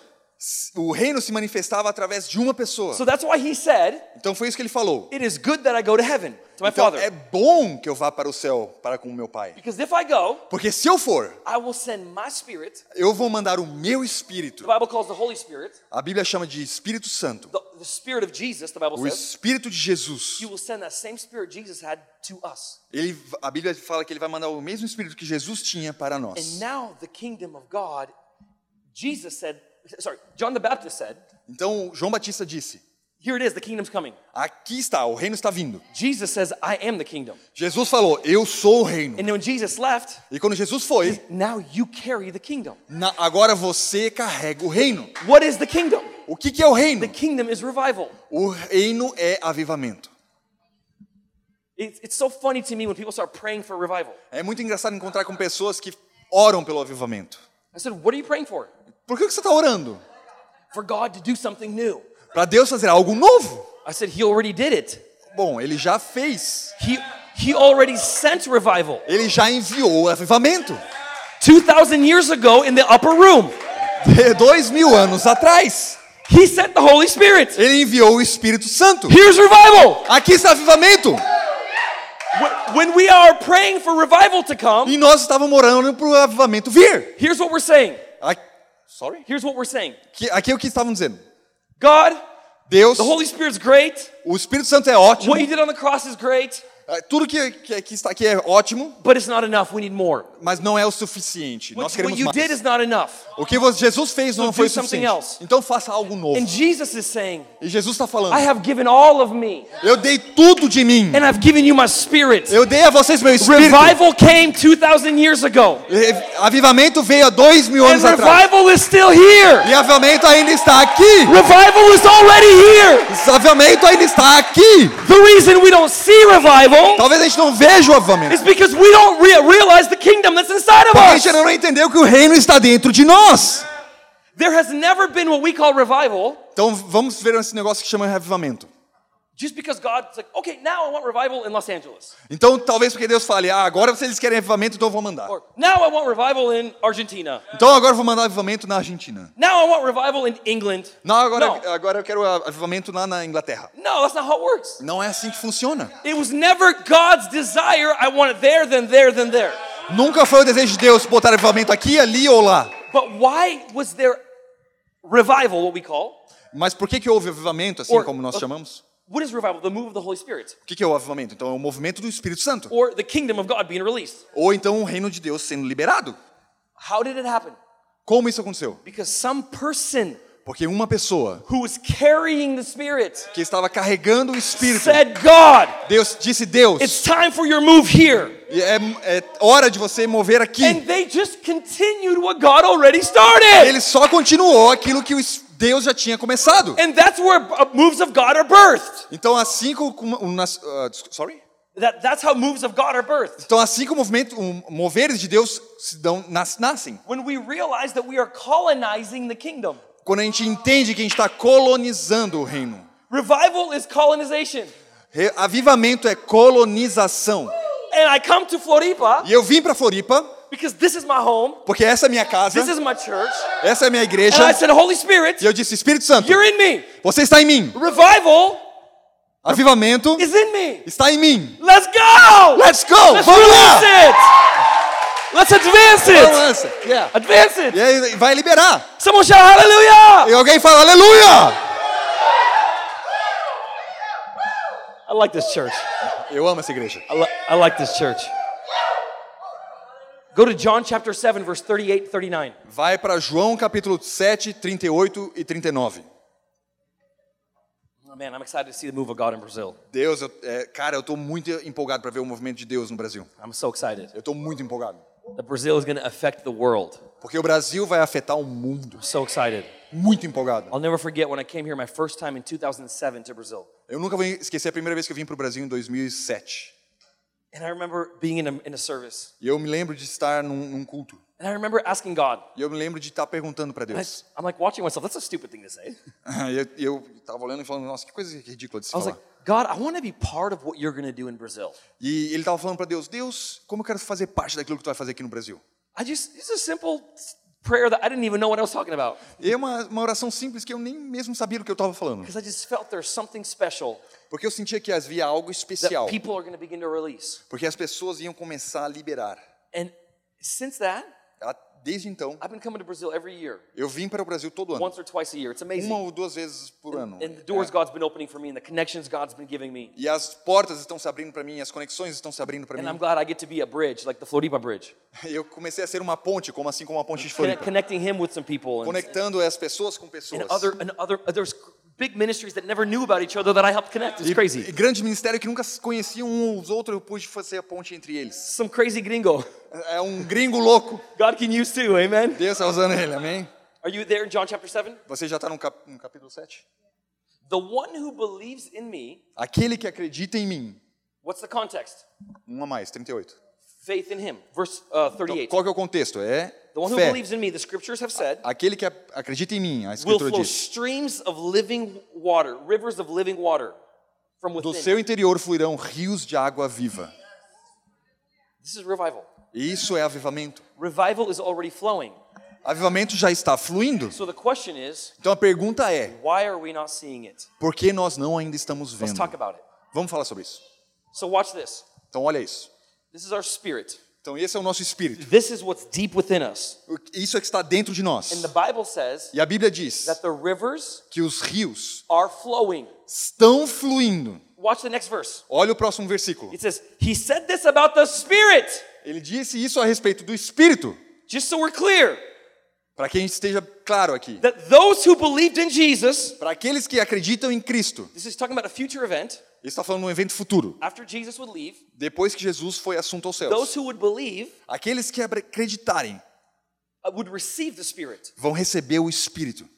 S2: o reino se manifestava através de uma pessoa.
S1: So that's why he said,
S2: Então foi isso que ele falou.
S1: It is good that I go to heaven, to my
S2: Então
S1: Father.
S2: é bom que eu vá para o céu para com o meu pai.
S1: Because if I go,
S2: Porque se eu for,
S1: I will send my spirit.
S2: eu vou mandar o meu
S1: The
S2: espírito.
S1: Bible calls the Holy Spirit,
S2: A Bíblia chama de Espírito Santo.
S1: the, the spirit of Jesus, the Bible
S2: O
S1: says.
S2: espírito de Jesus.
S1: You will send that same spirit Jesus had to us.
S2: Ele, a Bíblia fala que ele vai mandar o mesmo espírito que Jesus tinha para
S1: And
S2: nós.
S1: now the kingdom of God, Jesus said, sorry, John the Baptist said,
S2: Então João Batista disse:
S1: Here it is, the kingdom's coming.
S2: Aqui está, o reino está vindo.
S1: Jesus says, I am the kingdom.
S2: Jesus falou: Eu sou o reino.
S1: And when Jesus left,
S2: E quando Jesus foi,
S1: now you carry the kingdom.
S2: na- agora você carrega o reino.
S1: What is the kingdom?
S2: O que, que é o reino?
S1: The kingdom is revival.
S2: O reino é avivamento.
S1: It's, it's so funny to me when people start praying for revival.
S2: É muito engraçado encontrar com pessoas que oram pelo avivamento.
S1: I said, What are you praying for?
S2: Por que que você está orando?
S1: For God to do something new.
S2: Para Deus fazer algo novo?
S1: I said, He already did it.
S2: Bom, ele já fez.
S1: He, he already sent revival
S2: Ele já enviou o avivamento.
S1: 2,000 years ago in the upper room.
S2: De dois mil anos atrás,
S1: He sent the Holy Spirit.
S2: ele enviou o Espírito Santo.
S1: Here's revival.
S2: Aqui está avivamento.
S1: When- When we are praying for revival to come,
S2: E nós estávamos orando para o avivamento vir.
S1: here's what we're saying.
S2: Aqui, sorry?
S1: Here's what we're saying.
S2: Que- Aqui é o que estavam dizendo.
S1: God,
S2: Deus,
S1: the Holy Spirit's great.
S2: o Espírito Santo é ótimo.
S1: What you did on the cross is great,
S2: Ah, Tudo que, que, que está aqui é ótimo,
S1: but it's not enough. We need more.
S2: mas não é o suficiente.
S1: What,
S2: Nós
S1: what
S2: queremos
S1: you did
S2: mais.
S1: is not enough.
S2: O que vo- Jesus fez não
S1: So
S2: foi o
S1: do something
S2: suficiente.
S1: else.
S2: Então faça algo novo.
S1: And Jesus is saying,
S2: E Jesus está
S1: I
S2: falando:
S1: have given all of me,
S2: Eu dei tudo de mim.
S1: and I've given you my spirit.
S2: Eu dei a vocês meu espírito.
S1: Revival came 2,000 years ago,
S2: Re- Avivamento veio há dois mil
S1: and
S2: anos atrás.
S1: revival is still here.
S2: E avivamento ainda está aqui.
S1: Revival is already here.
S2: Avivamento ainda está aqui.
S1: The reason we don't see revival
S2: Talvez a gente não veja o avivamento.
S1: is because we don't rea- realize the kingdom that's inside of
S2: Porque a gente
S1: us.
S2: ainda não entendeu que o reino está dentro de nós.
S1: There has never been what we call revival
S2: Então vamos ver esse negócio que chama avivamento.
S1: just because God's like, okay, now I want revival in Los Angeles,
S2: Então talvez porque Deus fale, ah, agora vocês querem avivamento, então eu vou mandar.
S1: or now I want revival in Argentina,
S2: Então agora eu vou mandar avivamento na Argentina.
S1: now I want revival in England.
S2: Não, agora,
S1: Não.
S2: agora eu quero avivamento lá na Inglaterra.
S1: No, that's not how it works.
S2: Não é assim que funciona.
S1: It was never God's desire. I want it there, then there, then there.
S2: Nunca foi o desejo de Deus botar avivamento aqui, ali ou lá.
S1: But why was there revival, what we call?
S2: Mas por que que houve avivamento, assim
S1: Or-
S2: como nós
S1: or-
S2: chamamos?
S1: What is revival? The move of the Holy Spirit
S2: O que que é o avivamento? Então é o movimento do Espírito Santo.
S1: or the kingdom of God being released.
S2: Ou então o reino de Deus sendo liberado.
S1: How did it happen?
S2: Como isso aconteceu?
S1: Because some person
S2: Porque uma pessoa
S1: who was carrying the Spirit
S2: que estava carregando o Espírito,
S1: said, God,
S2: Deus disse, Deus,
S1: it's time for your move here.
S2: é, é hora de você mover aqui.
S1: And they just continued what God already started.
S2: Ele só continuou aquilo que o es- Deus já tinha começado.
S1: And that's where uh, moves of God are birthed.
S2: Então assim como como- um, nas- ah, des- sorry?
S1: That, that's how moves of God are birthed.
S2: Então assim como o movimento, um, moveres de Deus se dão nas- nascem.
S1: When we realize that we are colonizing the kingdom.
S2: Quando a gente entende que a gente está colonizando o reino.
S1: Revival is colonization.
S2: Re- Avivamento é colonização.
S1: And I come to Floripa
S2: E eu vim para Floripa
S1: because this is my home,
S2: porque essa é minha casa,
S1: this is my church.
S2: essa é minha igreja.
S1: And I said, Holy Spirit,
S2: E eu disse Espírito Santo,
S1: you're in me.
S2: você está em mim.
S1: Revival
S2: Avivamento
S1: is in me.
S2: está em mim.
S1: Let's go!
S2: Let's go,
S1: Let's
S2: vamos lá.
S1: release it! Let's advance it!
S2: Balança. Yeah.
S1: Advance it!
S2: E aí vai liberar.
S1: Someone shout hallelujah!
S2: E alguém fala aleluia.
S1: I like this church.
S2: Eu amo essa igreja.
S1: I, li- I like this church. Go to John chapter 7, verse 38 39.
S2: Vai para João capítulo 7, 38 e 39.
S1: Oh, man, I'm excited to see the move of God in Brazil.
S2: Deus, eu, é, cara, eu tô muito empolgado para ver o movimento de Deus no Brasil.
S1: I'm so excited.
S2: Eu tô muito empolgado.
S1: That Brazil is going to affect the world.
S2: Porque o Brasil vai afetar o mundo.
S1: I'm so excited.
S2: Muito empolgado.
S1: I'll never forget when I came here my first time in 2007 to Brazil.
S2: Eu nunca vou esquecer a primeira vez que eu vim pro Brasil em 2007.
S1: And I remember being in a, in a service.
S2: E eu me lembro de estar num, num culto.
S1: And I remember asking God.
S2: E eu me lembro de estar perguntando para
S1: I,
S2: Deus.
S1: am like watching myself. That's a stupid thing to say.
S2: E eu, (laughs) e eu tava olhando e falando, nossa, que coisa ridícula de se
S1: I was
S2: falar.
S1: like, God, I want to be part of what you're going to do in Brazil.
S2: E ele tava falando para Deus, Deus, como eu quero fazer parte daquilo que tu vai fazer aqui no Brasil?
S1: I just, it's a simple s- prayer that I didn't even know what I was talking about.
S2: E é uma, uma oração simples que eu nem mesmo sabia do que eu tava falando.
S1: Because I just felt there's something special
S2: Porque eu sentia que havia algo
S1: that
S2: especial.
S1: people are going to begin to release.
S2: Porque as pessoas iam começar a liberar.
S1: And since that,
S2: Ela- Desde então,
S1: I've been coming to Brazil every year,
S2: eu vim para o Brasil todo ano.
S1: once or twice a year. It's
S2: Uma
S1: amazing.
S2: ou duas vezes por ano.
S1: And the doors
S2: É.
S1: God's been opening for me and the connections God's been giving me.
S2: E as portas estão se abrindo para mim, as conexões estão se abrindo para
S1: And I'm
S2: mim.
S1: glad I get to be a bridge, like the Floripa Bridge,
S2: Eu comecei a ser uma ponte, como assim como uma ponte de
S1: Conne-
S2: Floripa.
S1: connecting him with some people and,
S2: Conectando as pessoas com
S1: and
S2: pessoas.
S1: other and other. There's big ministries that never knew about each other that I helped connect. It's
S2: E, e
S1: crazy.
S2: grande ministério que nunca se conheciam um aos outros, eu pude fazer a ponte entre eles.
S1: Some crazy gringo. (laughs)
S2: É um gringo louco.
S1: God can use too. Amen.
S2: Deus está usando ele, amém?
S1: Are you there in John chapter seven?
S2: Você já está no, cap, no capítulo 7?
S1: The one who believes in me.
S2: Aquele que acredita em mim.
S1: What's the context?
S2: Um a mais, 38.
S1: Faith in him. Verse uh,
S2: Então,
S1: 38.
S2: qual que é o contexto? É
S1: The one who
S2: fé.
S1: believes in me, the scriptures have said,
S2: Aquele que a- acredita em mim, a
S1: will
S2: escritura
S1: flow
S2: diz.
S1: streams of living water, rivers of living water from
S2: Do
S1: within.
S2: seu interior fluirão rios de água viva.
S1: This is revival.
S2: E isso é avivamento.
S1: Revival is already flowing.
S2: Avivamento já está fluindo.
S1: So the question is,
S2: Então a pergunta é,
S1: why are we not seeing it?
S2: por que nós não ainda estamos
S1: Let's
S2: vendo?
S1: talk about it.
S2: Vamos falar sobre isso.
S1: So watch this.
S2: Então olha isso.
S1: This is our spirit.
S2: Então esse é o nosso espírito.
S1: This is what's deep within us.
S2: O- Isso é que está dentro de nós.
S1: And the Bible says
S2: E a Bíblia diz
S1: that the rivers
S2: que os rios
S1: are flowing.
S2: estão fluindo.
S1: Watch the next verse.
S2: Olha o próximo versículo.
S1: It says, He said this about the Spirit,
S2: Ele disse isso a respeito do espírito,
S1: just so we're clear,
S2: para que a gente esteja claro aqui.
S1: that those who believed in Jesus,
S2: Para aqueles que acreditam em Cristo.
S1: this is talking about a future event,
S2: Ele está falando de um evento futuro,
S1: after Jesus would leave,
S2: depois que Jesus foi assunto aos
S1: those
S2: céus.
S1: who would believe
S2: Aqueles que abra- acreditarem
S1: uh, would receive the Spirit.
S2: vão receber o espírito.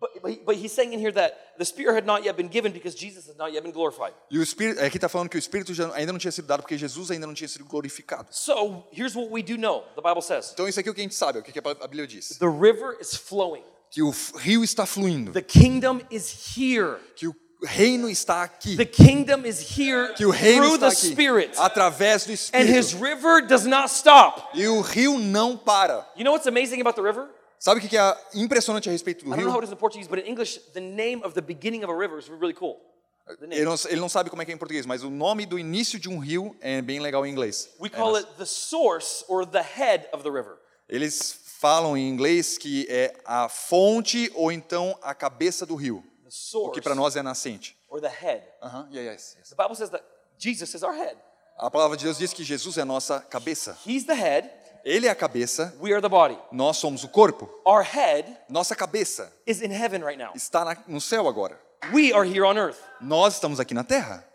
S1: But, but, he- but he's saying in here that the Spirit had not yet been given because Jesus had not yet been glorified.
S2: E o espírito, aqui está falando que o espírito já- ainda não tinha sido dado porque Jesus ainda não tinha sido glorificado.
S1: So here's what we do know the Bible says
S2: Então isso aqui é o que a gente sabe, é o que a a Bíblia diz.
S1: the river is flowing,
S2: Que o f- rio está fluindo,
S1: the kingdom is here.
S2: que o reino está aqui,
S1: The kingdom is here
S2: que o reino
S1: through
S2: está
S1: the
S2: aqui
S1: Spirit,
S2: através do
S1: and His
S2: espírito.
S1: river does not stop.
S2: E o rio não para.
S1: You know what's amazing about the river?
S2: Sabe o que que é impressionante a respeito do
S1: I don't know how
S2: rio?
S1: it is in Portuguese, but in English, the name of the beginning of a river is really cool. The
S2: Ele
S1: name.
S2: não, ele não sabe como é que é em português, mas o nome do início de um rio é bem legal em inglês.
S1: We
S2: É
S1: call
S2: nossa.
S1: it the source or the head of the river.
S2: Eles falam em inglês que é a fonte ou então a cabeça do rio,
S1: The
S2: o
S1: source
S2: que para nós é nascente.
S1: or the head.
S2: Aham, yeah, yes, yes.
S1: The Bible says that Jesus is our head.
S2: A palavra de Deus diz que Jesus é a nossa cabeça.
S1: He's the head,
S2: Ele é a cabeça,
S1: we are the body.
S2: nós somos o corpo.
S1: Our head
S2: Nossa cabeça
S1: is in heaven right now.
S2: está na- no céu agora.
S1: We are here on earth.
S2: Nós estamos aqui na terra.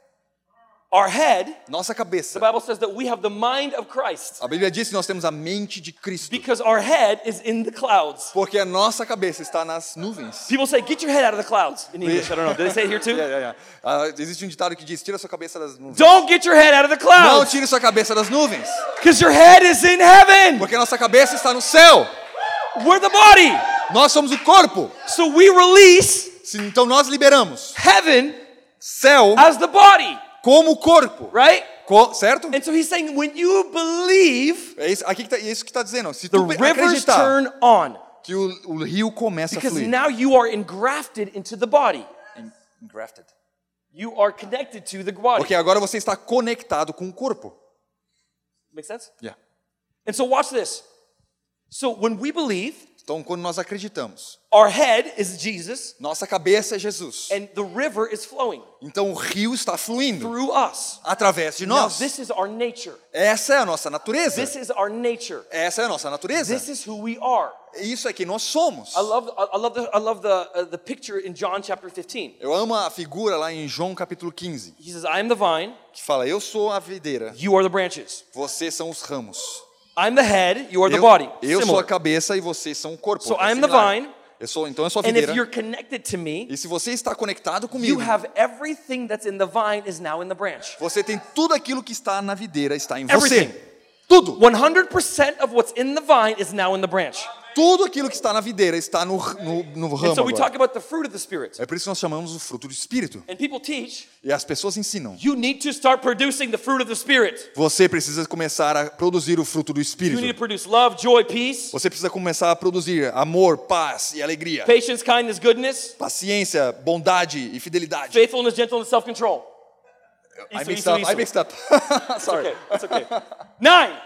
S1: Our head,
S2: Nossa
S1: the
S2: cabeça.
S1: Bible says that we have the mind of Christ
S2: A Bíblia diz que nós temos a mente de Cristo.
S1: because our head is in the clouds.
S2: Porque a nossa cabeça está nas nuvens.
S1: People say, get your head out of the clouds in English. I don't know. Did they say it here too?
S2: (laughs) Yeah, yeah, yeah. Ah, existe um ditado que diz: tira sua cabeça das nuvens.
S1: Don't get your head out of the
S2: Não
S1: clouds
S2: tire sua cabeça das nuvens.
S1: because your head is in heaven.
S2: Porque a nossa cabeça está no céu.
S1: We're the body.
S2: Nós somos o corpo.
S1: So we release
S2: Se- Então nós liberamos
S1: heaven
S2: céu
S1: as the body,
S2: como corpo.
S1: right?
S2: Co- certo?
S1: And so he's saying, when you believe,
S2: É isso, aqui que tá, é isso que está dizendo. Se
S1: the
S2: tu
S1: rivers
S2: acreditar
S1: turn on
S2: que o, o rio começa a
S1: because
S2: fluir.
S1: now you are engrafted into the body.
S2: En- engrafted.
S1: You are connected to the body.
S2: Porque agora você está conectado com o corpo.
S1: Make sense?
S2: Yeah.
S1: And so watch this. So when we believe,
S2: Então quando nós acreditamos,
S1: our head is Jesus
S2: nossa cabeça é Jesus.
S1: and the river is flowing
S2: Então o rio está fluindo
S1: through us.
S2: através de
S1: Now
S2: nós.
S1: this is our nature.
S2: Essa é a nossa natureza.
S1: This is our nature.
S2: Essa é a nossa
S1: This
S2: natureza.
S1: is who we are.
S2: Isso é quem nós somos.
S1: I love I I love the I love the uh, the picture in John chapter 15.
S2: Eu amo a figura lá em João capítulo 15,
S1: He says, "I am the vine,
S2: que fala: Eu sou a videira,
S1: you are the branches.
S2: vocês são os ramos.
S1: I'm the head, you are the
S2: Eu,
S1: body."
S2: eu sou a
S1: Similar.
S2: cabeça e vocês são o corpo.
S1: So
S2: É
S1: I'm the
S2: similar.
S1: vine.
S2: Eu sou, então eu sou a
S1: And if you're
S2: videira.
S1: connected to me,
S2: E se você está conectado
S1: you
S2: comigo,
S1: have everything that's in the vine is now in the branch.
S2: você tem tudo aquilo que está na videira está em
S1: Everything.
S2: você. Tudo,
S1: 100% of what's in the vine is now in the branch.
S2: tudo aquilo que está na videira está no, r- no, no
S1: And
S2: ramo
S1: so we
S2: agora.
S1: talk about the fruit of the Spirit.
S2: É por isso que nós chamamos o fruto do espírito.
S1: And people teach
S2: E as pessoas ensinam.
S1: you need to start producing the fruit of the Spirit.
S2: Você precisa começar a produzir o fruto do
S1: You need to
S2: espírito.
S1: produce love, joy, peace,
S2: Você precisa começar a produzir amor, paz e alegria.
S1: patience, kindness, goodness,
S2: paciência, bondade e fidelidade.
S1: faithfulness, gentleness, self control.
S2: I
S1: Isso,
S2: mixed
S1: isso,
S2: up. I
S1: isso.
S2: mixed up. (laughs) Sorry.
S1: Okay, that's okay. Nine,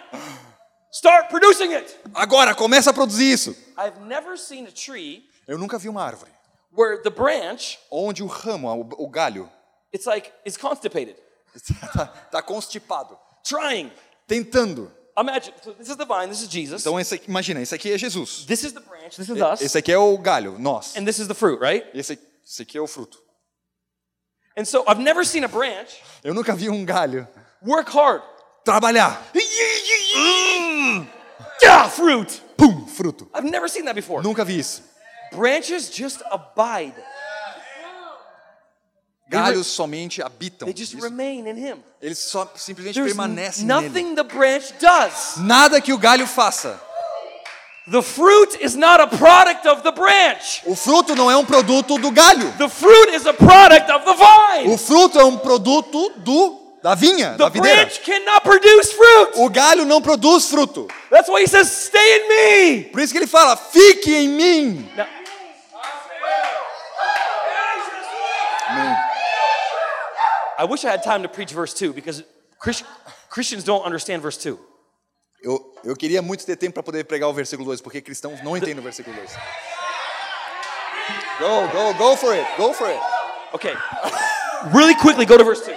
S1: start producing it.
S2: Agora começa a produzir isso.
S1: I've never seen a tree
S2: Eu nunca vi uma árvore
S1: where the branch,
S2: onde o ramo, o, o galho, (laughs)
S1: it's like, is constipated,
S2: está está constipado,
S1: trying.
S2: tentando.
S1: Imagine, so this is the vine, this is Jesus.
S2: Então esse aqui, imagina, esse aqui é Jesus.
S1: This is the branch, this is us,
S2: Esse aqui é o galho, nós.
S1: and this is the fruit, right?
S2: Esse, esse aqui é o fruto.
S1: And so I've never seen a branch
S2: Eu nunca vi um galho
S1: work hard.
S2: trabalhar.
S1: Hum! Yeah, Ah, fruit.
S2: Pum, fruto.
S1: I've never seen that before.
S2: Nunca vi isso.
S1: Branches just abide.
S2: Galhos somente habitam.
S1: They just
S2: Isso.
S1: remain in him.
S2: Eles só simplesmente
S1: There's
S2: permanecem nele.
S1: nothing the branch does.
S2: Nada que o galho faça.
S1: The fruit is not a product of the branch.
S2: O fruto não é um produto do galho.
S1: The fruit is a product of the vine.
S2: O fruto é um produto do da vinha, da
S1: The
S2: videira.
S1: branch cannot produce fruit.
S2: O galho não produz fruto.
S1: That's why he says, "Stay in me."
S2: Por isso que ele fala: "Fique em mim".
S1: Now, I wish I had time to preach verse two because Chris- Christians don't understand verse 2.
S2: Eu, eu queria muito ter tempo para poder pregar o versículo 2, porque cristãos não entendem o versículo 2. Go, go, go for it, go for it.
S1: Okay. (laughs) really quickly, go to verse 2.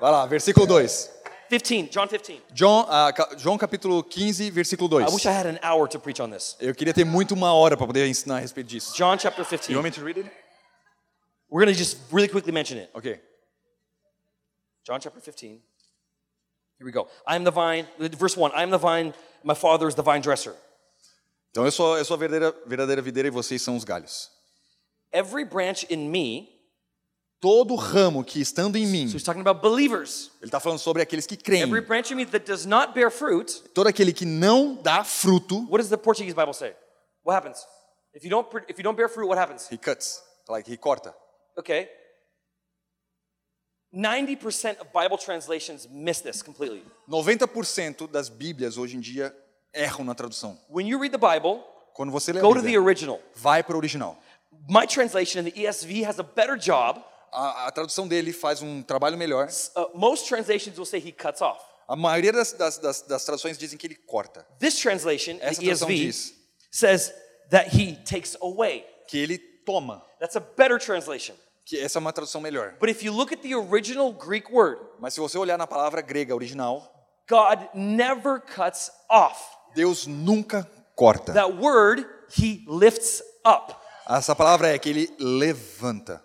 S2: Vai lá, versículo 2.
S1: 15, John 15.
S2: João, ah, ca- João capítulo 15, versículo 2.
S1: I wish I had an hour to preach on this.
S2: Eu queria ter muito uma hora para poder ensinar a respeito disso.
S1: John chapter 15.
S2: me to read it?
S1: We're going to just really quickly mention it.
S2: Ok.
S1: John chapter 15. Here we go. I am the vine, verse 1. I am the vine, my father is the vine dresser.
S2: Então eu sou, eu sou a verdadeira, verdadeira videira e vocês são os galhos.
S1: Every branch in me,
S2: Todo ramo que estando em mim,
S1: so he's talking about believers.
S2: ele está falando sobre aqueles que creem.
S1: Every branch in me that does not bear fruit,
S2: Todo aquele que não dá fruto,
S1: what does the Portuguese Bible say? What happens? If you don't pr- if you don't bear fruit, what happens?
S2: he cuts, like he corta.
S1: Okay. 90% of Bible translations miss this completely.
S2: 90% das Bíblias hoje em dia erram na tradução.
S1: When you read the Bible,
S2: Quando você lê a
S1: go to the
S2: Bíblia,
S1: original.
S2: vai para o original.
S1: My translation in the ESV has a better job.
S2: A, a tradução dele faz um trabalho melhor.
S1: Uh, most translations will say he cuts off.
S2: A maioria das, das, das, das traduções dizem que ele corta,
S1: This translation, the
S2: Essa tradução
S1: ESV,
S2: diz.
S1: says that he takes away.
S2: que ele toma.
S1: That's a better translation.
S2: Que essa é uma tradução melhor.
S1: But if you look at the original Greek word,
S2: Mas se você olhar na palavra grega original,
S1: God never cuts off.
S2: Deus nunca corta.
S1: That word, he lifts up.
S2: Essa palavra é que ele levanta.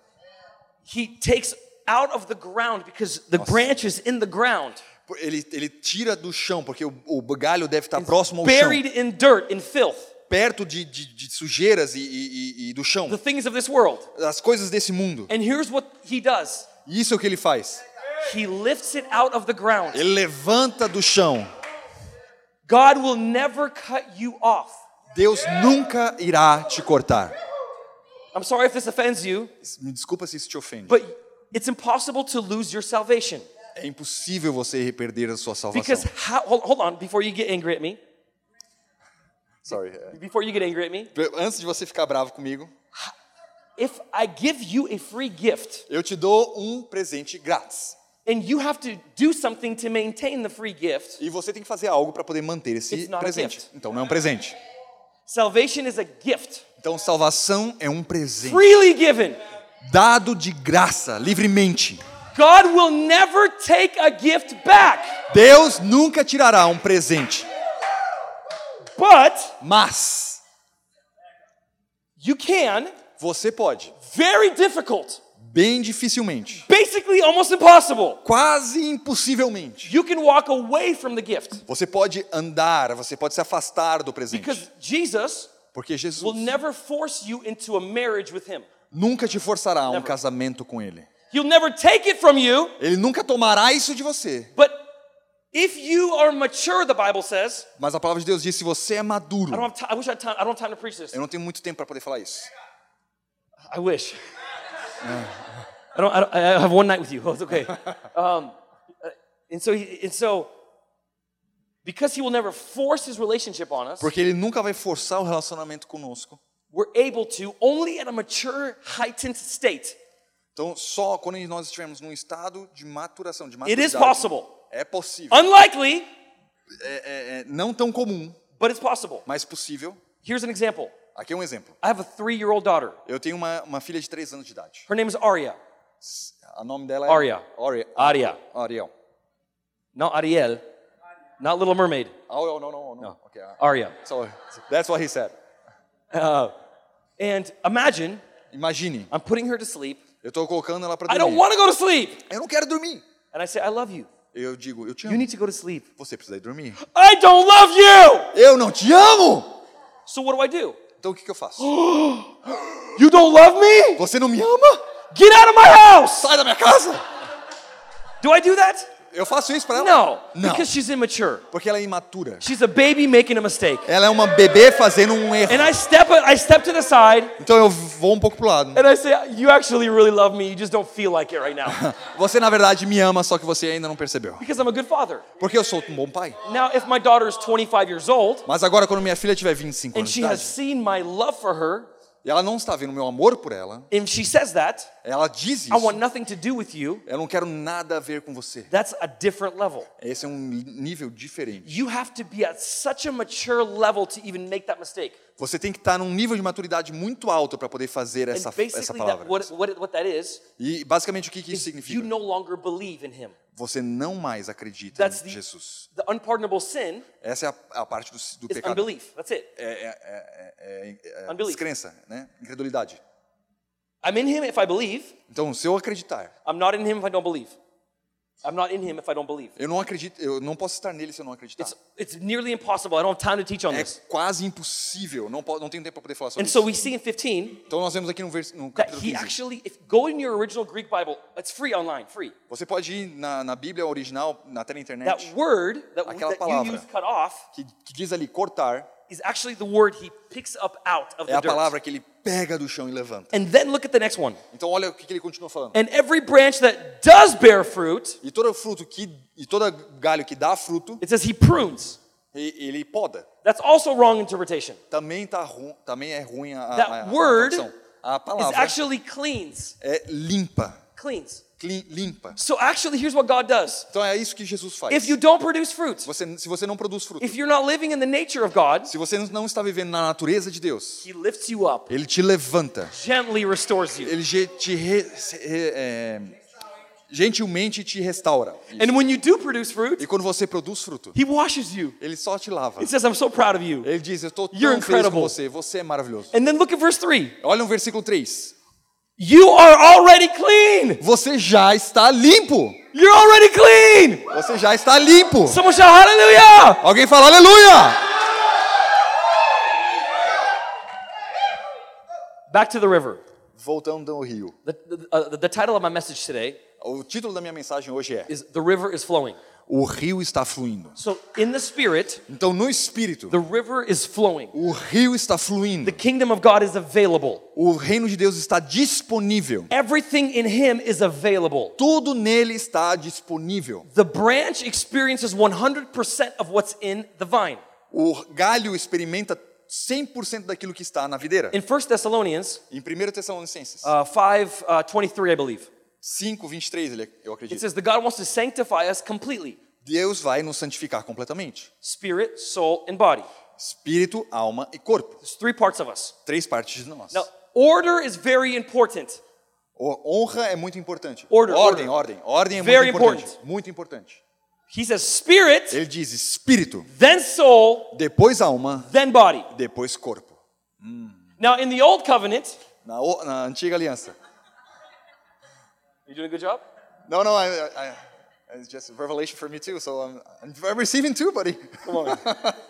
S1: He takes out of the ground because the branch is in the ground,
S2: Ele, ele tira do chão, porque o, o galho deve estar próximo ao chão,
S1: buried in dirt, in filth,
S2: perto de, de, de sujeiras e, e- e- e do chão,
S1: the things of this world.
S2: das coisas desse mundo.
S1: And here's what he does
S2: E Isso é o que ele faz.
S1: he lifts it out of the ground.
S2: Ele levanta do chão.
S1: God will never cut you off.
S2: Deus nunca irá te cortar.
S1: I'm sorry if this offends you,
S2: Me desculpa se isso te ofende.
S1: but it's impossible to lose your salvation.
S2: É impossível você perder a sua salvação.
S1: Because how, hold, hold on, before you get angry at me,
S2: Sorry. é.
S1: before you get angry at me,
S2: Antes de você ficar bravo comigo,
S1: if I give you a free gift
S2: eu te dou um presente grátis.
S1: and you have to do something to maintain the free gift,
S2: E você tem que fazer algo para poder manter esse
S1: It's not a
S2: presente.
S1: gift.
S2: Então não é um presente.
S1: salvation is a gift
S2: Então salvação é um presente
S1: freely given.
S2: dado de graça, livremente.
S1: God will never take a gift back,
S2: Deus nunca tirará um presente,
S1: but
S2: mas
S1: you can,
S2: você pode,
S1: very difficult,
S2: bem dificilmente,
S1: basically almost impossible,
S2: quase impossivelmente.
S1: you can walk away from the gift.
S2: Você pode andar, você pode se afastar do presente,
S1: Because Jesus
S2: porque
S1: will
S2: Jesus
S1: never force you into a marriage with him.
S2: nunca te forçará a um
S1: Never.
S2: casamento com ele.
S1: He'll never take it from you,
S2: Ele nunca tomará isso de você.
S1: but if you are mature, the Bible says,
S2: Mas a palavra de Deus diz: se você é maduro,
S1: I don't have time, I wish I had time, I don't have time to preach this.
S2: eu não tenho muito tempo para poder falar isso.
S1: I wish. (laughs) I don't, I don't. I have one night with you. (laughs) It's okay. Um, uh, and so, he, and so, because he will never force his relationship on us,
S2: Porque ele nunca vai forçar o relacionamento conosco.
S1: we're able to only at a mature, heightened state.
S2: Então, só quando nós estivermos num estado de maturação, de
S1: It
S2: maturidade.
S1: is possible,
S2: É possível.
S1: unlikely,
S2: É, é não tão comum,
S1: but it's possible.
S2: mas possível.
S1: Here's an example.
S2: Aqui é um exemplo.
S1: I have a three-year-old daughter.
S2: Eu tenho uma, uma filha de 3 anos de idade.
S1: Her name is Aria.
S2: O nome dela é...
S1: Aria.
S2: Aria.
S1: Aria,
S2: Ariel.
S1: not Ariel, not Little Mermaid.
S2: Oh, no, no, no. no. Okay.
S1: Aria.
S2: So, that's what he said.
S1: Uh, and imagine
S2: Imagine,
S1: I'm putting her to sleep.
S2: eu estou colocando ela para
S1: I don't
S2: dormir.
S1: want to go to sleep.
S2: Eu não quero dormir.
S1: And I say, I love you.
S2: Eu digo, eu te
S1: You
S2: amo.
S1: need to go to sleep.
S2: Você precisa ir dormir.
S1: I don't love you.
S2: Eu não te amo!
S1: So what do I do?
S2: Então o que, que
S1: (gasps)
S2: eu faço?
S1: You don't love me?
S2: Você não me ama?
S1: Get out of my house.
S2: Sai da minha casa!
S1: Do I do that?
S2: Eu faço isso para ela?
S1: No.
S2: Não.
S1: Because she's immature.
S2: Porque ela é imatura.
S1: She's a baby making a mistake.
S2: Ela é uma bebê fazendo um erro.
S1: And I step I step to the side
S2: Então eu vou um pouco pro lado.
S1: and I say, "You actually really love me. You just don't feel like it right (laughs) now."
S2: Você na verdade me ama, só que você ainda não percebeu.
S1: because I'm a good father.
S2: Porque eu sou um bom pai.
S1: Now, if my daughter is 25 years old
S2: Mas agora quando minha filha tiver 25
S1: and
S2: anos de
S1: she has
S2: idade,
S1: seen my love for her,
S2: e ela não está vendo o meu amor por ela,
S1: If she says that,
S2: ela diz isso.
S1: I want nothing to do with you,
S2: Eu não quero nada a ver com você.
S1: that's a different level.
S2: Esse é um nível diferente.
S1: You have to be at such a mature level to even make that mistake.
S2: Você tem que estar num nível de maturidade muito alto para poder fazer essa,
S1: and
S2: essa
S1: basically,
S2: palavra.
S1: that, what, what, what that is,
S2: E basicamente o que, que isso
S1: you
S2: significa?
S1: no longer believe in him.
S2: Você não mais acredita
S1: That's
S2: em
S1: the,
S2: Jesus.
S1: the unpardonable sin
S2: Essa é a, a parte do, do
S1: is
S2: pecado. Eh.
S1: unbelief. That's it.
S2: É, é, é, é, é, é
S1: Unbelief.
S2: descrença, né? Incredulidade.
S1: I'm in him if I believe.
S2: Então, se eu acreditar,
S1: I'm not in him if I don't believe. I'm not in him if I don't believe.
S2: eu não acredito, eu não posso estar nele se eu não acreditar.
S1: It's, it's nearly impossible. I don't have time to teach on
S2: É
S1: this.
S2: quase impossível. Não, po- não tenho tempo para poder falar sobre
S1: And so
S2: isso.
S1: we see in 15
S2: Então nós vemos aqui no, vers, no
S1: that
S2: capítulo
S1: he
S2: 15.
S1: actually, if go in your original Greek Bible, it's free online, free.
S2: Você pode ir na, na Bíblia original, na tela
S1: That
S2: internet,
S1: word that,
S2: Aquela
S1: that
S2: palavra.
S1: you use cut off
S2: que, que diz ali cortar,
S1: is actually the word he picks up out of
S2: é
S1: the
S2: a
S1: dirt.
S2: palavra que ele pega do chão e levanta.
S1: And then look at the next one.
S2: Então olha o que, que ele continua falando.
S1: And every branch that does bear fruit,
S2: E todo fruto que e todo galho que dá fruto,
S1: it says he prunes.
S2: e- ele poda.
S1: That's also wrong interpretation.
S2: Também tá ru, também é ruim a, a,
S1: That
S2: a, a
S1: word
S2: tradução. A
S1: It
S2: palavra
S1: actually cleans.
S2: é limpa,
S1: Cleans.
S2: clean, limpa.
S1: So actually, here's what God does.
S2: Então é isso que Jesus faz.
S1: If you don't produce fruit,
S2: Você, se você não produz fruto,
S1: if you're not living in the nature of God,
S2: se você não está vivendo na natureza de Deus,
S1: He lifts you up,
S2: Ele te levanta.
S1: gently restores you.
S2: Ele ge- te re, se- re- é, gentilmente te restaura.
S1: And when you do produce fruit,
S2: E quando você produz fruto,
S1: He washes you.
S2: Ele só te lava.
S1: He says, I'm so proud of you.
S2: Ele diz, eu estou tão
S1: You're
S2: feliz com
S1: incredible.
S2: você, você é maravilhoso.
S1: And then look at verse 3.
S2: Olha o versículo 3.
S1: You are already clean.
S2: Você já está limpo.
S1: You're already clean.
S2: Você já está limpo.
S1: Someone shout hallelujah.
S2: Alguém fala aleluia!
S1: Back to the river.
S2: Voltando ao rio.
S1: The, the, uh, the title of my message today
S2: O título da minha mensagem hoje é
S1: is The River is Flowing.
S2: O rio está fluindo.
S1: So in the spirit,
S2: Então no espírito,
S1: the river is flowing.
S2: o rio está fluindo.
S1: The kingdom of God is available.
S2: O reino de Deus está disponível.
S1: Everything in him is available.
S2: Tudo nele está disponível.
S1: The branch experiences 100% of what's in the vine.
S2: O galho experimenta 100% daquilo que está na videira.
S1: In 1 Thessalonians
S2: Em 1 Tessalonicenses
S1: uh, 5 uh, 23, I believe,
S2: 5, 23, ele- é,
S1: it
S2: eu acredito.
S1: says that God wants to sanctify us completely
S2: Deus vai nos santificar completamente.
S1: spirit, soul, and body.
S2: Espírito, alma e corpo.
S1: There's three parts of us.
S2: Três partes de nós.
S1: Now, order is very important.
S2: O- Honra é muito importante.
S1: Order,
S2: ordem, ordem. Ordem é muito
S1: Very
S2: importante.
S1: important.
S2: Muito importante.
S1: He says spirit,
S2: Ele diz espírito,
S1: then soul,
S2: depois alma,
S1: then body.
S2: depois corpo.
S1: Now, in the old covenant,
S2: Na, o- na antiga aliança.
S1: you doing a good job?
S2: Não, não, I, I, I- it's just a revelation for me too, so I'm, I'm receiving too, buddy.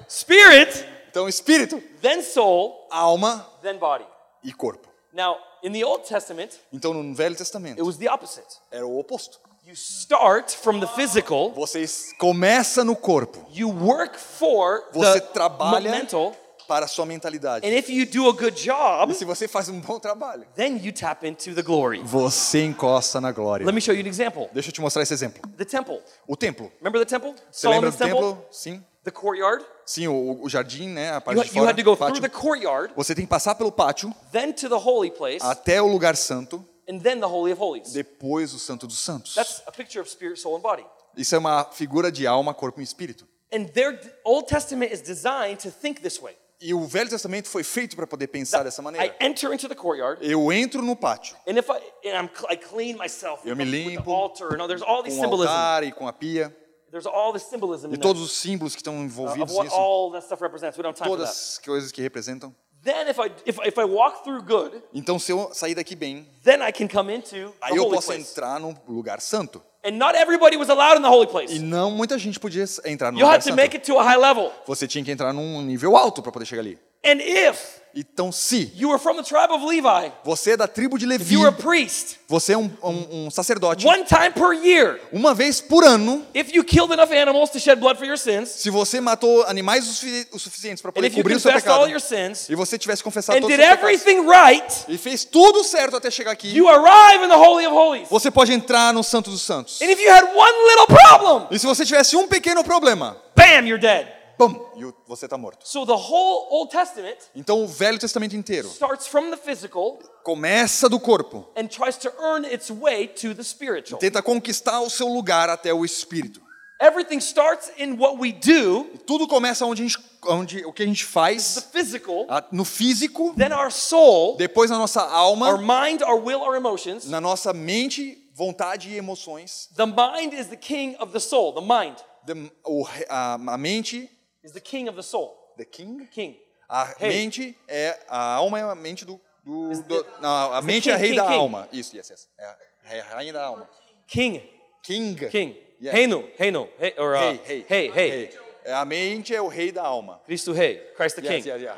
S1: Spirit,
S2: então, espírito,
S1: then soul,
S2: alma
S1: then body.
S2: e corpo.
S1: Now, in the Old Testament,
S2: Então, no Velho
S1: it
S2: Testamento,
S1: was the opposite.
S2: era o oposto.
S1: You start from the physical
S2: Vocês começa no corpo
S1: You work for the
S2: Você trabalha-
S1: momental,
S2: para a sua mentalidade.
S1: and if you do a good
S2: E
S1: job,
S2: se você faz um bom trabalho,
S1: then you tap into the glory.
S2: você encosta na glória.
S1: Let me show you an example.
S2: Deixa eu te mostrar esse exemplo.
S1: The temple.
S2: O templo.
S1: Remember the temple?
S2: Você é lembra
S1: Solomon's
S2: do
S1: temple?
S2: templo? Sim.
S1: The courtyard.
S2: Sim, o, o jardim, né? A parte
S1: You,
S2: de
S1: had- you
S2: fora.
S1: had to go through
S2: pátio.
S1: the courtyard,
S2: Você tem que passar pelo pátio
S1: then to the holy place,
S2: até o lugar santo,
S1: and then the holy of holies.
S2: depois o santo dos santos.
S1: That's a picture of spirit, soul, and body.
S2: Isso é uma figura de alma, corpo e espírito.
S1: And their Old Testament is designed to think this way.
S2: E o Velho Testamento foi feito para poder pensar dessa
S1: I
S2: maneira.
S1: enter into the courtyard,
S2: Eu entro no pátio,
S1: and if I and I'm, cl- I clean myself with,
S2: Eu me
S1: the, with
S2: limpo
S1: the altar, and all, there's all these
S2: com o
S1: symbolism.
S2: altar e com a pia,
S1: There's all the symbolism
S2: e
S1: in there.
S2: todos os símbolos que estão
S1: of
S2: envolvidos
S1: what
S2: nisso,
S1: all that stuff represents. We don't have time
S2: todas as coisas que representam.
S1: for that. Then if I if, if I walk through good,
S2: Então, se eu sair daqui bem,
S1: then I can come into the
S2: aí eu
S1: holy
S2: posso
S1: place.
S2: entrar no lugar santo.
S1: And not everybody was allowed in the holy
S2: E
S1: place.
S2: não muita gente podia entrar no
S1: You
S2: lugar
S1: had to make it
S2: santo.
S1: to a high level.
S2: Você tinha que entrar num nível alto para poder chegar ali.
S1: And if
S2: Então, se
S1: you were from the tribe of Levi,
S2: você é da tribo de
S1: if
S2: Levi,
S1: you were a priest,
S2: você é um, um- um sacerdote,
S1: one time per year,
S2: uma vez por ano,
S1: if you killed enough animals to shed blood for your sins,
S2: se você matou animais o, sufi- o suficiente para
S1: and
S2: poder
S1: if you
S2: cobrir o seu
S1: confessed all
S2: pecado,
S1: your sins
S2: e você tivesse confessado
S1: and
S2: todos
S1: did
S2: os seus pecados,
S1: everything right,
S2: e fez tudo certo até chegar aqui,
S1: you arrive in the holy of holies.
S2: você pode entrar no Santo dos Santos.
S1: And if you had one little problem,
S2: E se você tivesse um pequeno problema,
S1: bam, you're dead.
S2: Pum! E o- você está morto.
S1: So the whole Old Testament
S2: Então o Velho Testamento inteiro
S1: starts from the physical
S2: começa do corpo,
S1: and tries to earn its way to the spiritual.
S2: tenta conquistar o seu lugar até o espírito.
S1: Everything starts in what we do,
S2: Tudo começa onde, a gente, onde o que a gente
S1: the
S2: faz,
S1: physical,
S2: a- no físico,
S1: then our soul,
S2: depois na nossa
S1: our
S2: alma,
S1: mind, our will, our emotions.
S2: na nossa mente, vontade e emoções.
S1: The mind is the king of the soul. The mind
S2: The- o re- a, a mente,
S1: is the king of the soul.
S2: the king,
S1: King.
S2: a
S1: Hey.
S2: mente é a alma é a mente do, do,
S1: Is
S2: do-
S1: the-
S2: não, a
S1: the
S2: mente é a
S1: king,
S2: rei
S1: king,
S2: da
S1: king.
S2: alma. Isso, yes, yes. É a- é a rainha da alma.
S1: King.
S2: King.
S1: King.
S2: Yeah.
S1: Reino. Reino. Hey, or, uh,
S2: Rei, rei.
S1: Hey, hey.
S2: Rei. É, A mente é o rei da alma.
S1: Cristo Rei. Christ the
S2: Yes,
S1: king.
S2: yes, yes.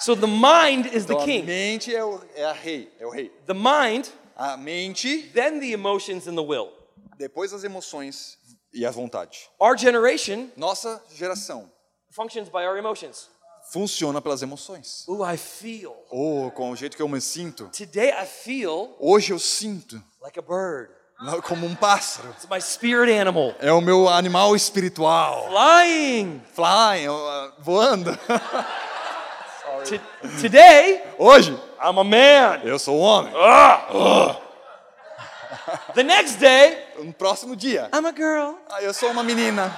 S1: So the mind is the
S2: Então, a
S1: king.
S2: mente é, o, é a rei, é o rei.
S1: The mind,
S2: A mente,
S1: then the emotions and the will.
S2: depois as emoções e a vontade.
S1: Our generation
S2: Nossa geração
S1: functions by our emotions.
S2: funciona pelas emoções.
S1: Ooh, I feel.
S2: Ou com o jeito que eu me sinto.
S1: Today I feel
S2: Hoje eu sinto
S1: like a bird.
S2: não, como um pássaro.
S1: It's my spirit animal.
S2: É o meu animal espiritual.
S1: Flying.
S2: Flying, uh, voando. (laughs)
S1: T- today
S2: Hoje
S1: I'm a man.
S2: eu sou um homem.
S1: (laughs) The next day
S2: No Um próximo dia
S1: I'm a girl.
S2: ah, eu sou uma menina.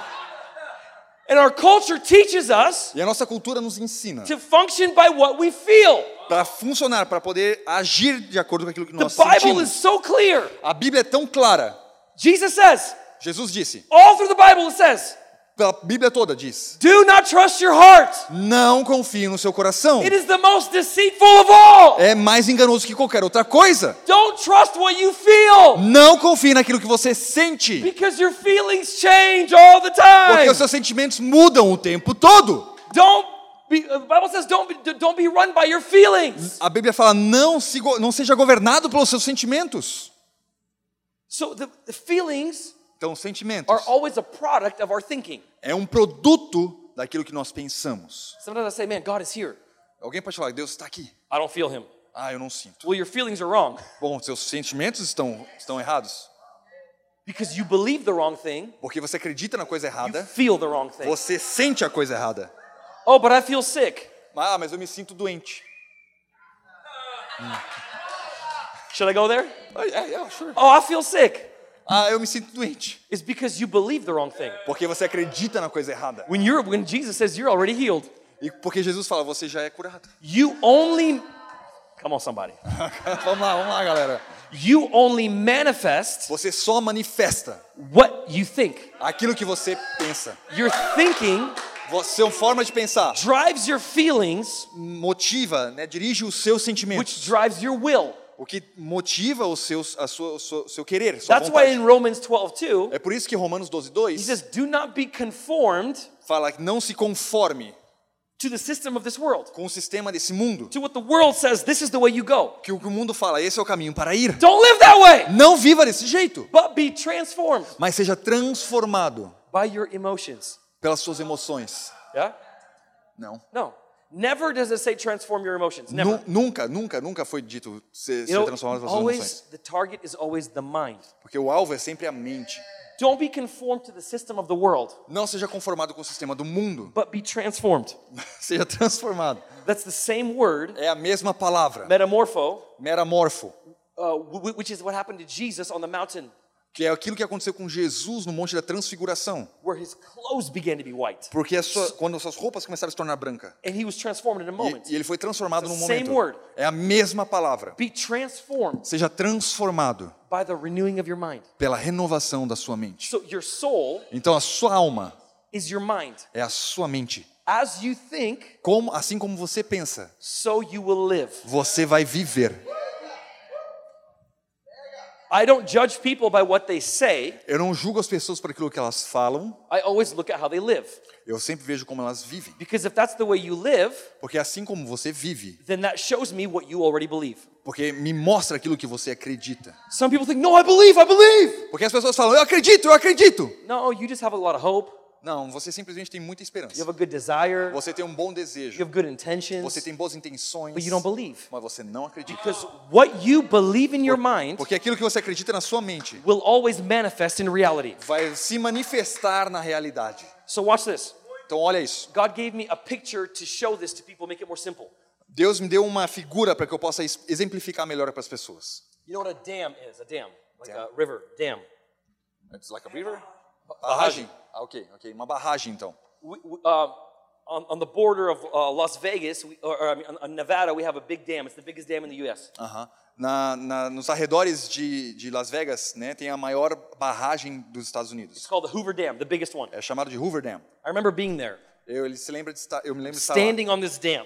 S1: And our culture teaches us
S2: E a nossa cultura nos ensina
S1: to function by what we feel.
S2: para funcionar, para poder agir de acordo com aquilo que
S1: The
S2: nós
S1: Bible is
S2: sentimos.
S1: so clear.
S2: A Bíblia é tão clara.
S1: Jesus says,
S2: Jesus disse,
S1: all through the Bible it says,
S2: a Bíblia toda diz,
S1: do not trust your heart.
S2: não confie no seu coração.
S1: It is the most deceitful of all.
S2: É mais enganoso que qualquer outra coisa.
S1: Don't trust what you feel
S2: Não confie naquilo que você sente,
S1: because your feelings change all the time.
S2: porque os seus sentimentos mudam o tempo todo.
S1: Don't be, uh, the Bible says don't be, don't be run by your feelings.
S2: A Bíblia fala, não, se go- não seja governado pelos seus sentimentos.
S1: So the, the feelings
S2: Então, os sentimentos
S1: are always a product of our thinking.
S2: é um produto daquilo que nós pensamos.
S1: Sometimes I say, man, God is here.
S2: Alguém pode falar, Deus está aqui.
S1: I don't feel him.
S2: Ah, eu não sinto.
S1: Well, your feelings are wrong (laughs)
S2: Bom, seus sentimentos estão, estão errados,
S1: because you believe the wrong thing,
S2: porque você acredita na coisa
S1: you
S2: errada,
S1: feel the wrong thing.
S2: você sente a coisa errada.
S1: Oh, but I feel sick.
S2: Ah, mas eu me sinto doente.
S1: Should I go there?
S2: Ah, yeah, yeah, sure.
S1: Oh, I feel sick.
S2: Ah, eu me sinto doente.
S1: It's because you believe the wrong thing.
S2: Porque você acredita na coisa errada.
S1: When you're when Jesus says you're already healed,
S2: E porque Jesus fala, você já é curado.
S1: you only Come on somebody.
S2: (laughs) vamos lá, vamos lá, galera.
S1: You only manifest
S2: Você só manifesta
S1: what you think.
S2: aquilo que você pensa.
S1: Your thinking
S2: Você, sua forma de pensar
S1: drives your feelings,
S2: motiva, né, dirige os seus
S1: which
S2: sentimentos.
S1: drives your will.
S2: O que motiva os seus, a sua, o seu, o seu querer, sua
S1: That's why
S2: vontade.
S1: in Romans 12, 2,
S2: É por isso que Romanos 12,
S1: he
S2: 2
S1: says, Do not be conformed
S2: fala que não se conforme
S1: to the system of this world,
S2: com o sistema desse mundo.
S1: to what the world says, this is the way you go.
S2: Que o que o mundo fala, esse é o caminho para ir.
S1: Don't live that way,
S2: Não viva desse jeito,
S1: but be transformed
S2: mas seja transformado
S1: by your emotions.
S2: pelas suas emoções.
S1: Yeah?
S2: Não.
S1: No. Never does it say transform your emotions. Never.
S2: Nu- nunca, nunca, nunca foi dito ser,
S1: You
S2: ser
S1: know,
S2: transformado pelas suas
S1: always
S2: emoções.
S1: the target is always the mind.
S2: Porque o alvo é sempre a mente.
S1: Don't be conformed to the system of the world,
S2: Não seja conformado com o sistema do mundo. (laughs)
S1: but be transformed.
S2: seja transformado.
S1: That's the same word,
S2: É a mesma palavra,
S1: metamorpho,
S2: metamorfo,
S1: uh, wh- wh- which is what happened to Jesus on the mountain,
S2: que é aquilo que aconteceu com Jesus no Monte da Transfiguração.
S1: where his clothes began to be white,
S2: Porque a sua- quando as suas roupas começaram a se tornar branca.
S1: and he was transformed in a moment.
S2: E, e ele foi transformado
S1: It's the
S2: num
S1: same
S2: momento.
S1: word.
S2: É a mesma palavra.
S1: Be transformed
S2: Seja transformado
S1: by the renewing of your mind.
S2: pela renovação da sua mente.
S1: So your soul
S2: Então a sua alma
S1: is your mind.
S2: é a sua mente.
S1: As you think,
S2: Como, assim como você pensa,
S1: so you will live.
S2: você vai viver.
S1: I don't judge people by what they say.
S2: Eu não julgo as pessoas por aquilo que elas falam,
S1: I always look at how they live.
S2: eu sempre vejo como elas vivem.
S1: Because if that's the way you live,
S2: Porque assim como você vive,
S1: then that shows me what you already believe.
S2: porque me mostra aquilo que você acredita.
S1: Some people think, no, I believe, I believe.
S2: Porque as pessoas falam, eu acredito, eu acredito.
S1: No, you just have a lot of hope.
S2: Não, você simplesmente tem muita
S1: You
S2: esperança.
S1: have a good desire.
S2: Você tem um bom
S1: You
S2: desejo,
S1: have good intentions.
S2: você tem boas intenções,
S1: But you don't believe.
S2: mas você não acredita.
S1: Because what you believe in your mind
S2: Porque aquilo que você acredita na sua mente
S1: will always manifest in reality.
S2: vai se manifestar na realidade.
S1: So watch this.
S2: Então olha isso.
S1: God gave me a picture to show this to people, make it more simple.
S2: Deus me deu uma figura para que eu possa es- exemplificar melhor para as pessoas.
S1: You know what a dam is? A dam, like a river, dam.
S2: It's like a river? Barragem. Ah, ok, ok. Uma barragem então.
S1: We, we, um, on, on the border of uh, Las Vegas, we, or, or I mean, on, on Nevada, we have a big dam. It's the biggest dam in the U.S.
S2: Aham. Na, na, nos arredores de, de Las Vegas, né, tem a maior barragem dos Estados
S1: It's
S2: Unidos.
S1: called the Hoover Dam, the biggest one.
S2: É chamado de Hoover Dam.
S1: I remember being there,
S2: Eu, ele se lembra de estar, eu me lembro de estar lá,
S1: standing on this dam,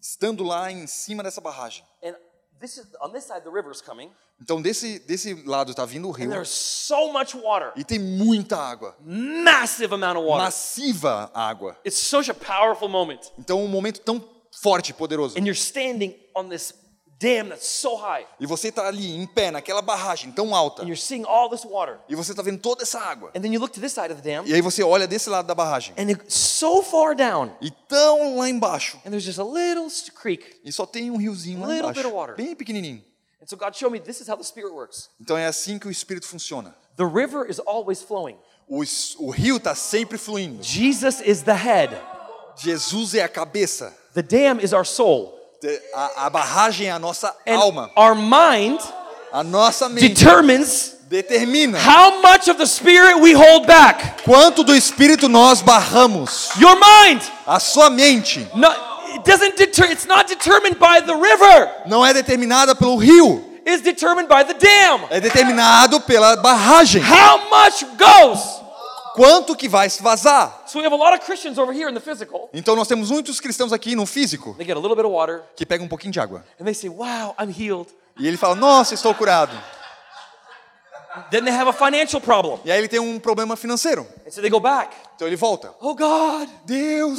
S2: estando lá em cima dessa barragem.
S1: and this is on this side the river's coming,
S2: Então desse desse lado tá vindo o rio
S1: and there's so much water,
S2: e tem muita água,
S1: massive amount of water.
S2: massiva água.
S1: It's such a powerful moment,
S2: Então um momento tão forte, e poderoso.
S1: and you're standing on this dam that's so high,
S2: E você tá ali em pé naquela barragem tão alta
S1: and you're seeing all this water,
S2: e você tá vendo toda essa água.
S1: and then you look to this side of the dam,
S2: E aí você olha desse lado da barragem
S1: and it's so far down,
S2: e tão lá embaixo
S1: and there's just a little s- creek.
S2: e só tem um riozinho lá
S1: Little
S2: embaixo,
S1: bit of water.
S2: bem pequenininho.
S1: And so God showed me this is how the Spirit works.
S2: Então é assim que o espírito funciona.
S1: The river is always flowing.
S2: O, es- o rio tá sempre fluindo.
S1: Jesus is the head.
S2: Jesus é a cabeça.
S1: The dam is our soul.
S2: A, a barragem é a nossa
S1: And
S2: alma.
S1: our mind
S2: A nossa mente
S1: determines
S2: determina
S1: how much of the Spirit we hold back.
S2: quanto do espírito nós barramos.
S1: Your mind,
S2: A sua mente
S1: no, it doesn't deter, it's not determined by the river.
S2: não é determinada pelo rio,
S1: It's determined by the dam.
S2: é determinado pela barragem.
S1: How much goes?
S2: Quanto que vai se vazar?
S1: So we have a lot of Christians over here in the physical.
S2: Então nós temos muitos cristãos aqui no físico
S1: They get a little bit of water
S2: que pega um pouquinho de água.
S1: and they say, "Wow, I'm healed."
S2: E ele fala: "Nossa, estou curado".
S1: Then they have a financial problem,
S2: E aí ele tem um problema financeiro.
S1: and so they go back.
S2: Então ele volta.
S1: Oh God!
S2: Deus,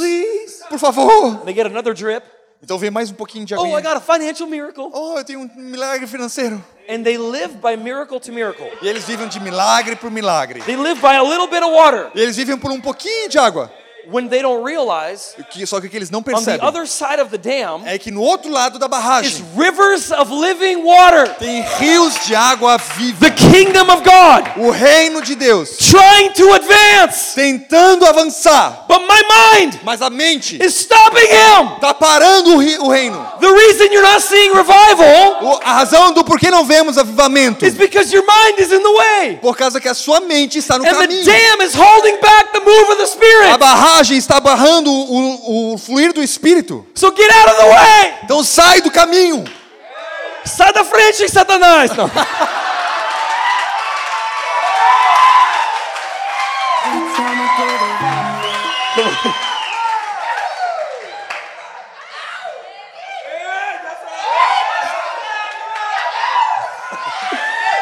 S2: por favor.
S1: And they get another drip.
S2: Então vem mais um pouquinho de água.
S1: Oh, I got a financial miracle.
S2: Oh, eu tenho um milagre financeiro.
S1: And they live by miracle to miracle.
S2: E eles vivem de milagre por milagre.
S1: They live by a little bit of water
S2: E eles vivem por um pouquinho de água.
S1: when they don't realize
S2: O que- Só que o que eles não
S1: on the
S2: percebem
S1: other side of the dam
S2: é que no outro lado da
S1: is
S2: barragem
S1: rivers of living water.
S2: tem rios de água viva.
S1: The kingdom of God
S2: O reino de Deus
S1: trying to advance,
S2: tentando avançar,
S1: but my mind
S2: mas a mente
S1: is stopping him.
S2: está parando o, ri- o reino.
S1: The reason you're not seeing revival
S2: O- a razão do porquê não vemos avivamento
S1: is because your mind is in the way.
S2: por causa que a sua mente está no
S1: And the
S2: caminho.
S1: dam is holding back the move of the
S2: A
S1: Spirit.
S2: barragem está barrando o, o fluir do espírito.
S1: So get out of the way.
S2: Então sai do caminho.
S1: Sai da frente, Satanás. Não.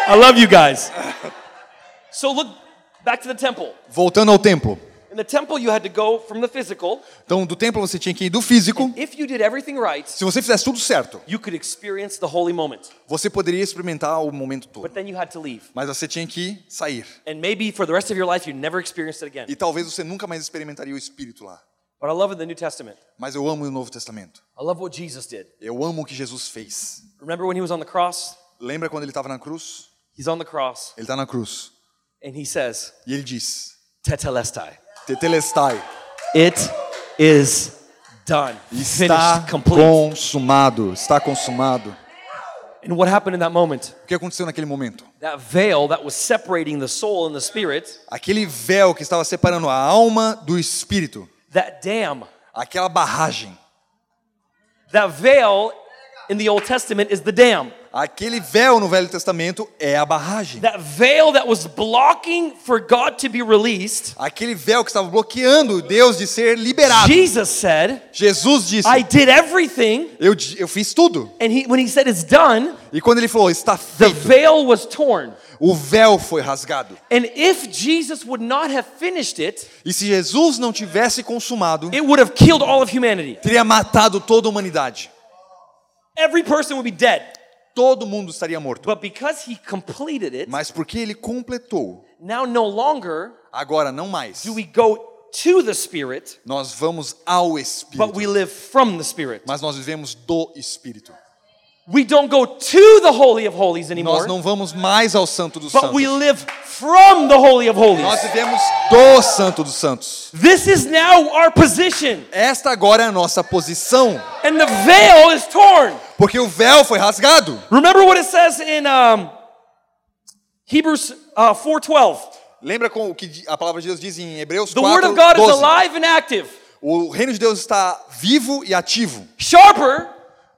S1: I love you guys. So look back to the temple.
S2: Voltando ao templo.
S1: In the temple, you had to go from the physical.
S2: Então, do templo você tinha que ir do físico.
S1: If you did everything right,
S2: Se você fizesse tudo certo,
S1: you could experience the holy moment.
S2: você poderia experimentar o momento todo.
S1: But then you had to leave.
S2: Mas você tinha que sair.
S1: And maybe for the rest of your life, you never experienced it again.
S2: E talvez você nunca mais experimentaria o espírito lá.
S1: But I love in the New Testament.
S2: Mas eu amo o Novo Testamento.
S1: I love what Jesus did.
S2: Eu amo o que Jesus fez.
S1: Remember when he was on the cross?
S2: Lembra quando ele estava na cruz?
S1: He's on the cross
S2: Ele está na cruz.
S1: and he says,
S2: E ele diz:
S1: Tetelestai.
S2: Tetelestai.
S1: It is done.
S2: Está
S1: Finished, complete.
S2: consumado. Está consumado.
S1: And what happened in that moment?
S2: O que aconteceu naquele momento?
S1: That veil that was separating the soul and the spirit,
S2: Aquele véu que estava separando a alma do espírito,
S1: that dam,
S2: aquela barragem,
S1: that veil in the Old Testament is the dam.
S2: aquele véu no Velho Testamento é a barragem.
S1: That veil that was blocking for God to be released,
S2: Aquele véu que estava bloqueando Deus de ser liberado.
S1: Jesus said,
S2: Jesus disse:
S1: I did everything.
S2: eu, di- eu fiz tudo.
S1: And he, when he said it's done,
S2: E quando ele falou, está
S1: the
S2: feito,
S1: veil was torn.
S2: o véu foi rasgado.
S1: And if Jesus would not have finished it,
S2: E se Jesus não tivesse consumado,
S1: it would have killed all of humanity.
S2: teria matado toda a humanidade.
S1: Every person would be dead.
S2: Todo mundo estaria morto.
S1: But because he completed it,
S2: Mas porque ele completou,
S1: now no longer
S2: agora não mais.
S1: do we go to the Spirit,
S2: Nós vamos ao
S1: but we
S2: Espírito.
S1: live from the Spirit.
S2: Mas nós vivemos do Espírito.
S1: We don't go to the Holy of Holies
S2: Nós
S1: anymore,
S2: não vamos mais ao Santo dos
S1: but we
S2: Santos.
S1: live from the Holy of
S2: Nós
S1: Holies.
S2: vivemos do Santo dos Santos.
S1: This is now our position,
S2: Esta agora é a nossa posição,
S1: and the veil is torn.
S2: porque o véu foi rasgado.
S1: Remember what it says in um, Hebrews uh, 4:12.
S2: Lembra com o que di- a palavra de Deus diz em Hebreus
S1: The
S2: 4,
S1: word of God is
S2: 12?
S1: alive and active,
S2: O reino de Deus está vivo e ativo,
S1: sharper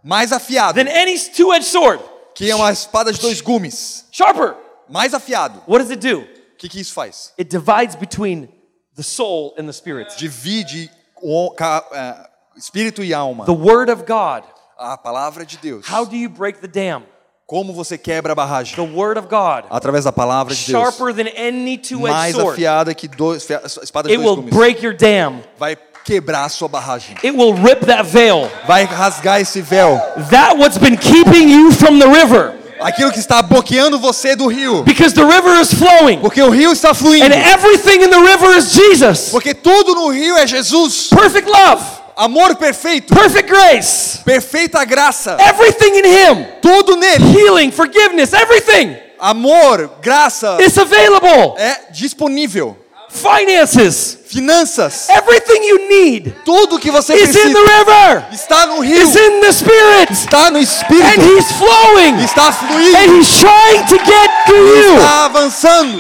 S2: mais afiado,
S1: than any two-edged sword.
S2: que é uma espada de dois gumes,
S1: Sharper.
S2: mais afiado.
S1: What does it do?
S2: O que, que isso faz?
S1: It divides between the soul and the spirit.
S2: Divide o, ca- é, espírito e alma.
S1: The word of God.
S2: A palavra de Deus.
S1: How do you break the dam?
S2: Como você quebra a barragem?
S1: The word of God.
S2: Através da palavra de Deus.
S1: Sharper than any two-edged
S2: Mais
S1: sword.
S2: afiada que dois, fia- espada de
S1: It
S2: dois
S1: will
S2: gumes.
S1: break your dam.
S2: Vai quebrar a sua barragem.
S1: It will rip that veil.
S2: Vai rasgar esse véu.
S1: That what's been keeping you from the river.
S2: Aquilo que está bloqueando você do rio.
S1: Because the river is flowing.
S2: Porque o rio está
S1: And
S2: fluindo.
S1: everything in the river is Jesus.
S2: Porque tudo no rio é Jesus.
S1: Perfect love,
S2: Amor perfeito.
S1: perfect grace,
S2: Perfeita graça.
S1: everything in Him,
S2: Tudo nele.
S1: healing, forgiveness, everything
S2: Amor, graça
S1: is available.
S2: é disponível.
S1: Finances,
S2: Finanças.
S1: everything you need
S2: Tudo que você
S1: is in
S2: precisa
S1: the river,
S2: está no rio.
S1: is in the Spirit,
S2: Está no
S1: and
S2: espírito.
S1: He's flowing,
S2: Está
S1: and
S2: fluindo.
S1: He's trying to get to you.
S2: Está avançando.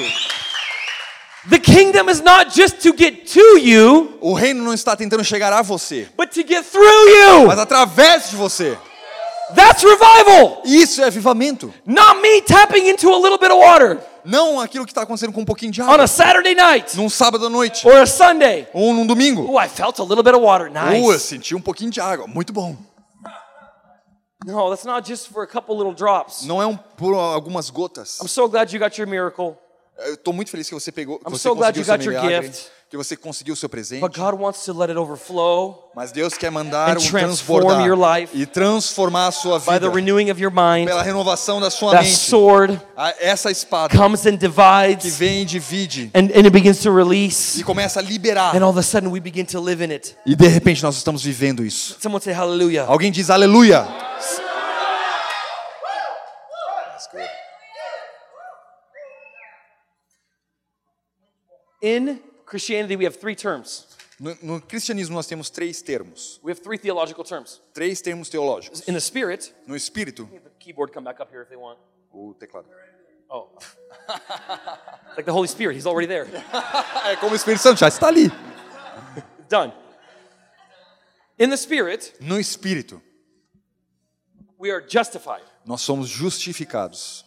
S1: The kingdom is not just to get to you,
S2: O reino não está tentando chegar a você,
S1: but to get through you.
S2: mas através de você.
S1: That's revival,
S2: Isso é avivamento.
S1: not me tapping into a little bit of water
S2: Não aquilo que está acontecendo com um pouquinho de
S1: on
S2: água.
S1: a Saturday night
S2: Num sábado à noite.
S1: or a Sunday.
S2: Ou num domingo.
S1: Oh, I felt a little bit of water. Nice.
S2: Boa, senti um pouquinho de água, muito bom.
S1: No, that's not just for a couple little drops.
S2: Não é um por algumas gotas.
S1: I'm so glad you got your miracle,
S2: Eu tô muito feliz que você pegou, que
S1: I'm
S2: você
S1: so glad
S2: conseguiu
S1: you
S2: seu
S1: got your
S2: milagre,
S1: gift.
S2: que você conseguiu seu presente.
S1: but God wants to let it overflow
S2: Mas Deus quer mandar
S1: And
S2: um
S1: transform
S2: transbordar
S1: your life
S2: e transformar a sua
S1: by the
S2: vida
S1: renewing of your mind.
S2: pela renovação da sua
S1: That
S2: mente.
S1: sword
S2: A- Essa espada
S1: comes and
S2: que
S1: divides,
S2: vem e divide
S1: and, and it begins to
S2: e
S1: release,
S2: começa a liberar.
S1: and all of a sudden we begin to live in it.
S2: E de repente nós estamos vivendo isso.
S1: Someone say hallelujah.
S2: Alguém diz aleluia.
S1: In Christianity, we have three terms.
S2: No, no cristianismo nós temos três termos,
S1: We have three theological terms.
S2: três termos teológicos.
S1: In the spirit,
S2: No espírito,
S1: the keyboard come back up here if they want.
S2: o teclado.
S1: Oh. like the Holy Spirit, he's already there.
S2: É como o Espírito Santo já está ali.
S1: Done. In the spirit,
S2: No espírito
S1: we are justified.
S2: nós somos justificados,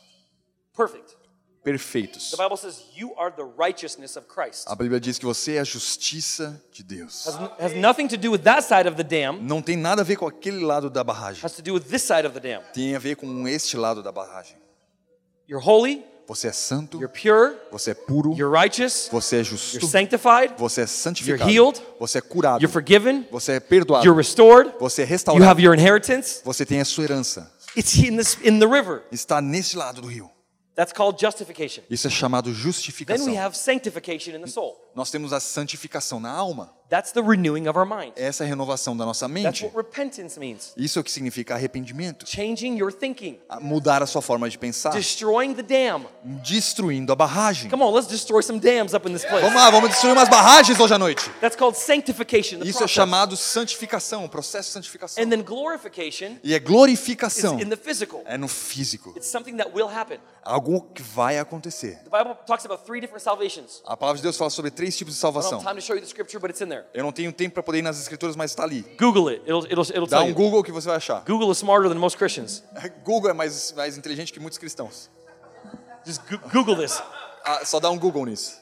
S1: Perfect.
S2: perfeitos.
S1: The Bible says you are the righteousness of Christ.
S2: A Bíblia diz que você é a justiça de Deus.
S1: Has, has nothing to do with that side of the dam,
S2: Não tem nada a ver com aquele lado da barragem.
S1: has to do with this side of the dam.
S2: Tem a ver com este lado da barragem.
S1: You're holy,
S2: Você é santo,
S1: you're pure,
S2: você é puro,
S1: you're righteous,
S2: você é
S1: you're
S2: justo,
S1: sanctified,
S2: você é santificado,
S1: You're healed.
S2: você é curado,
S1: you're forgiven,
S2: você é perdoado,
S1: you're restored,
S2: você é
S1: you have
S2: restaurado,
S1: your inheritance.
S2: você tem a sua herança.
S1: It's in, this, in the river.
S2: Está neste lado do rio.
S1: That's called justification.
S2: Isso é chamado
S1: Then
S2: justificação.
S1: we have sanctification in the soul.
S2: Nós temos a santificação na alma.
S1: That's the renewing of our mind.
S2: Essa é a renovação da nossa
S1: That's
S2: mente.
S1: what repentance means
S2: Isso é o que significa arrependimento.
S1: changing your thinking,
S2: A- Mudar a sua forma de pensar,
S1: destroying the dam.
S2: destruindo a barragem.
S1: Come on, let's destroy some dams up in this place.
S2: Vamos lá, vamos destruir umas barragens hoje à noite.
S1: That's called sanctification. The
S2: Isso é
S1: process.
S2: chamado santificação, processo de santificação.
S1: And then glorification
S2: E é
S1: is
S2: glorificação.
S1: in the physical.
S2: É no físico.
S1: It's something that will happen.
S2: Algo que vai acontecer.
S1: The Bible talks about three different salvations.
S2: A palavra de Deus fala sobre três tipos de
S1: I don't
S2: salvação.
S1: have time to show you the scripture, but it's in there.
S2: Eu não tenho tempo para poder ir nas escrituras, mas está ali.
S1: Google it. It'll it'll it'll
S2: Dá
S1: tell
S2: um
S1: you.
S2: Google que você vai achar. (laughs)
S1: Google is smarter than most Christians.
S2: Google é mais, mais inteligente que muitos cristãos.
S1: Just goo- Google this.
S2: Ah, só dá um Google nisso.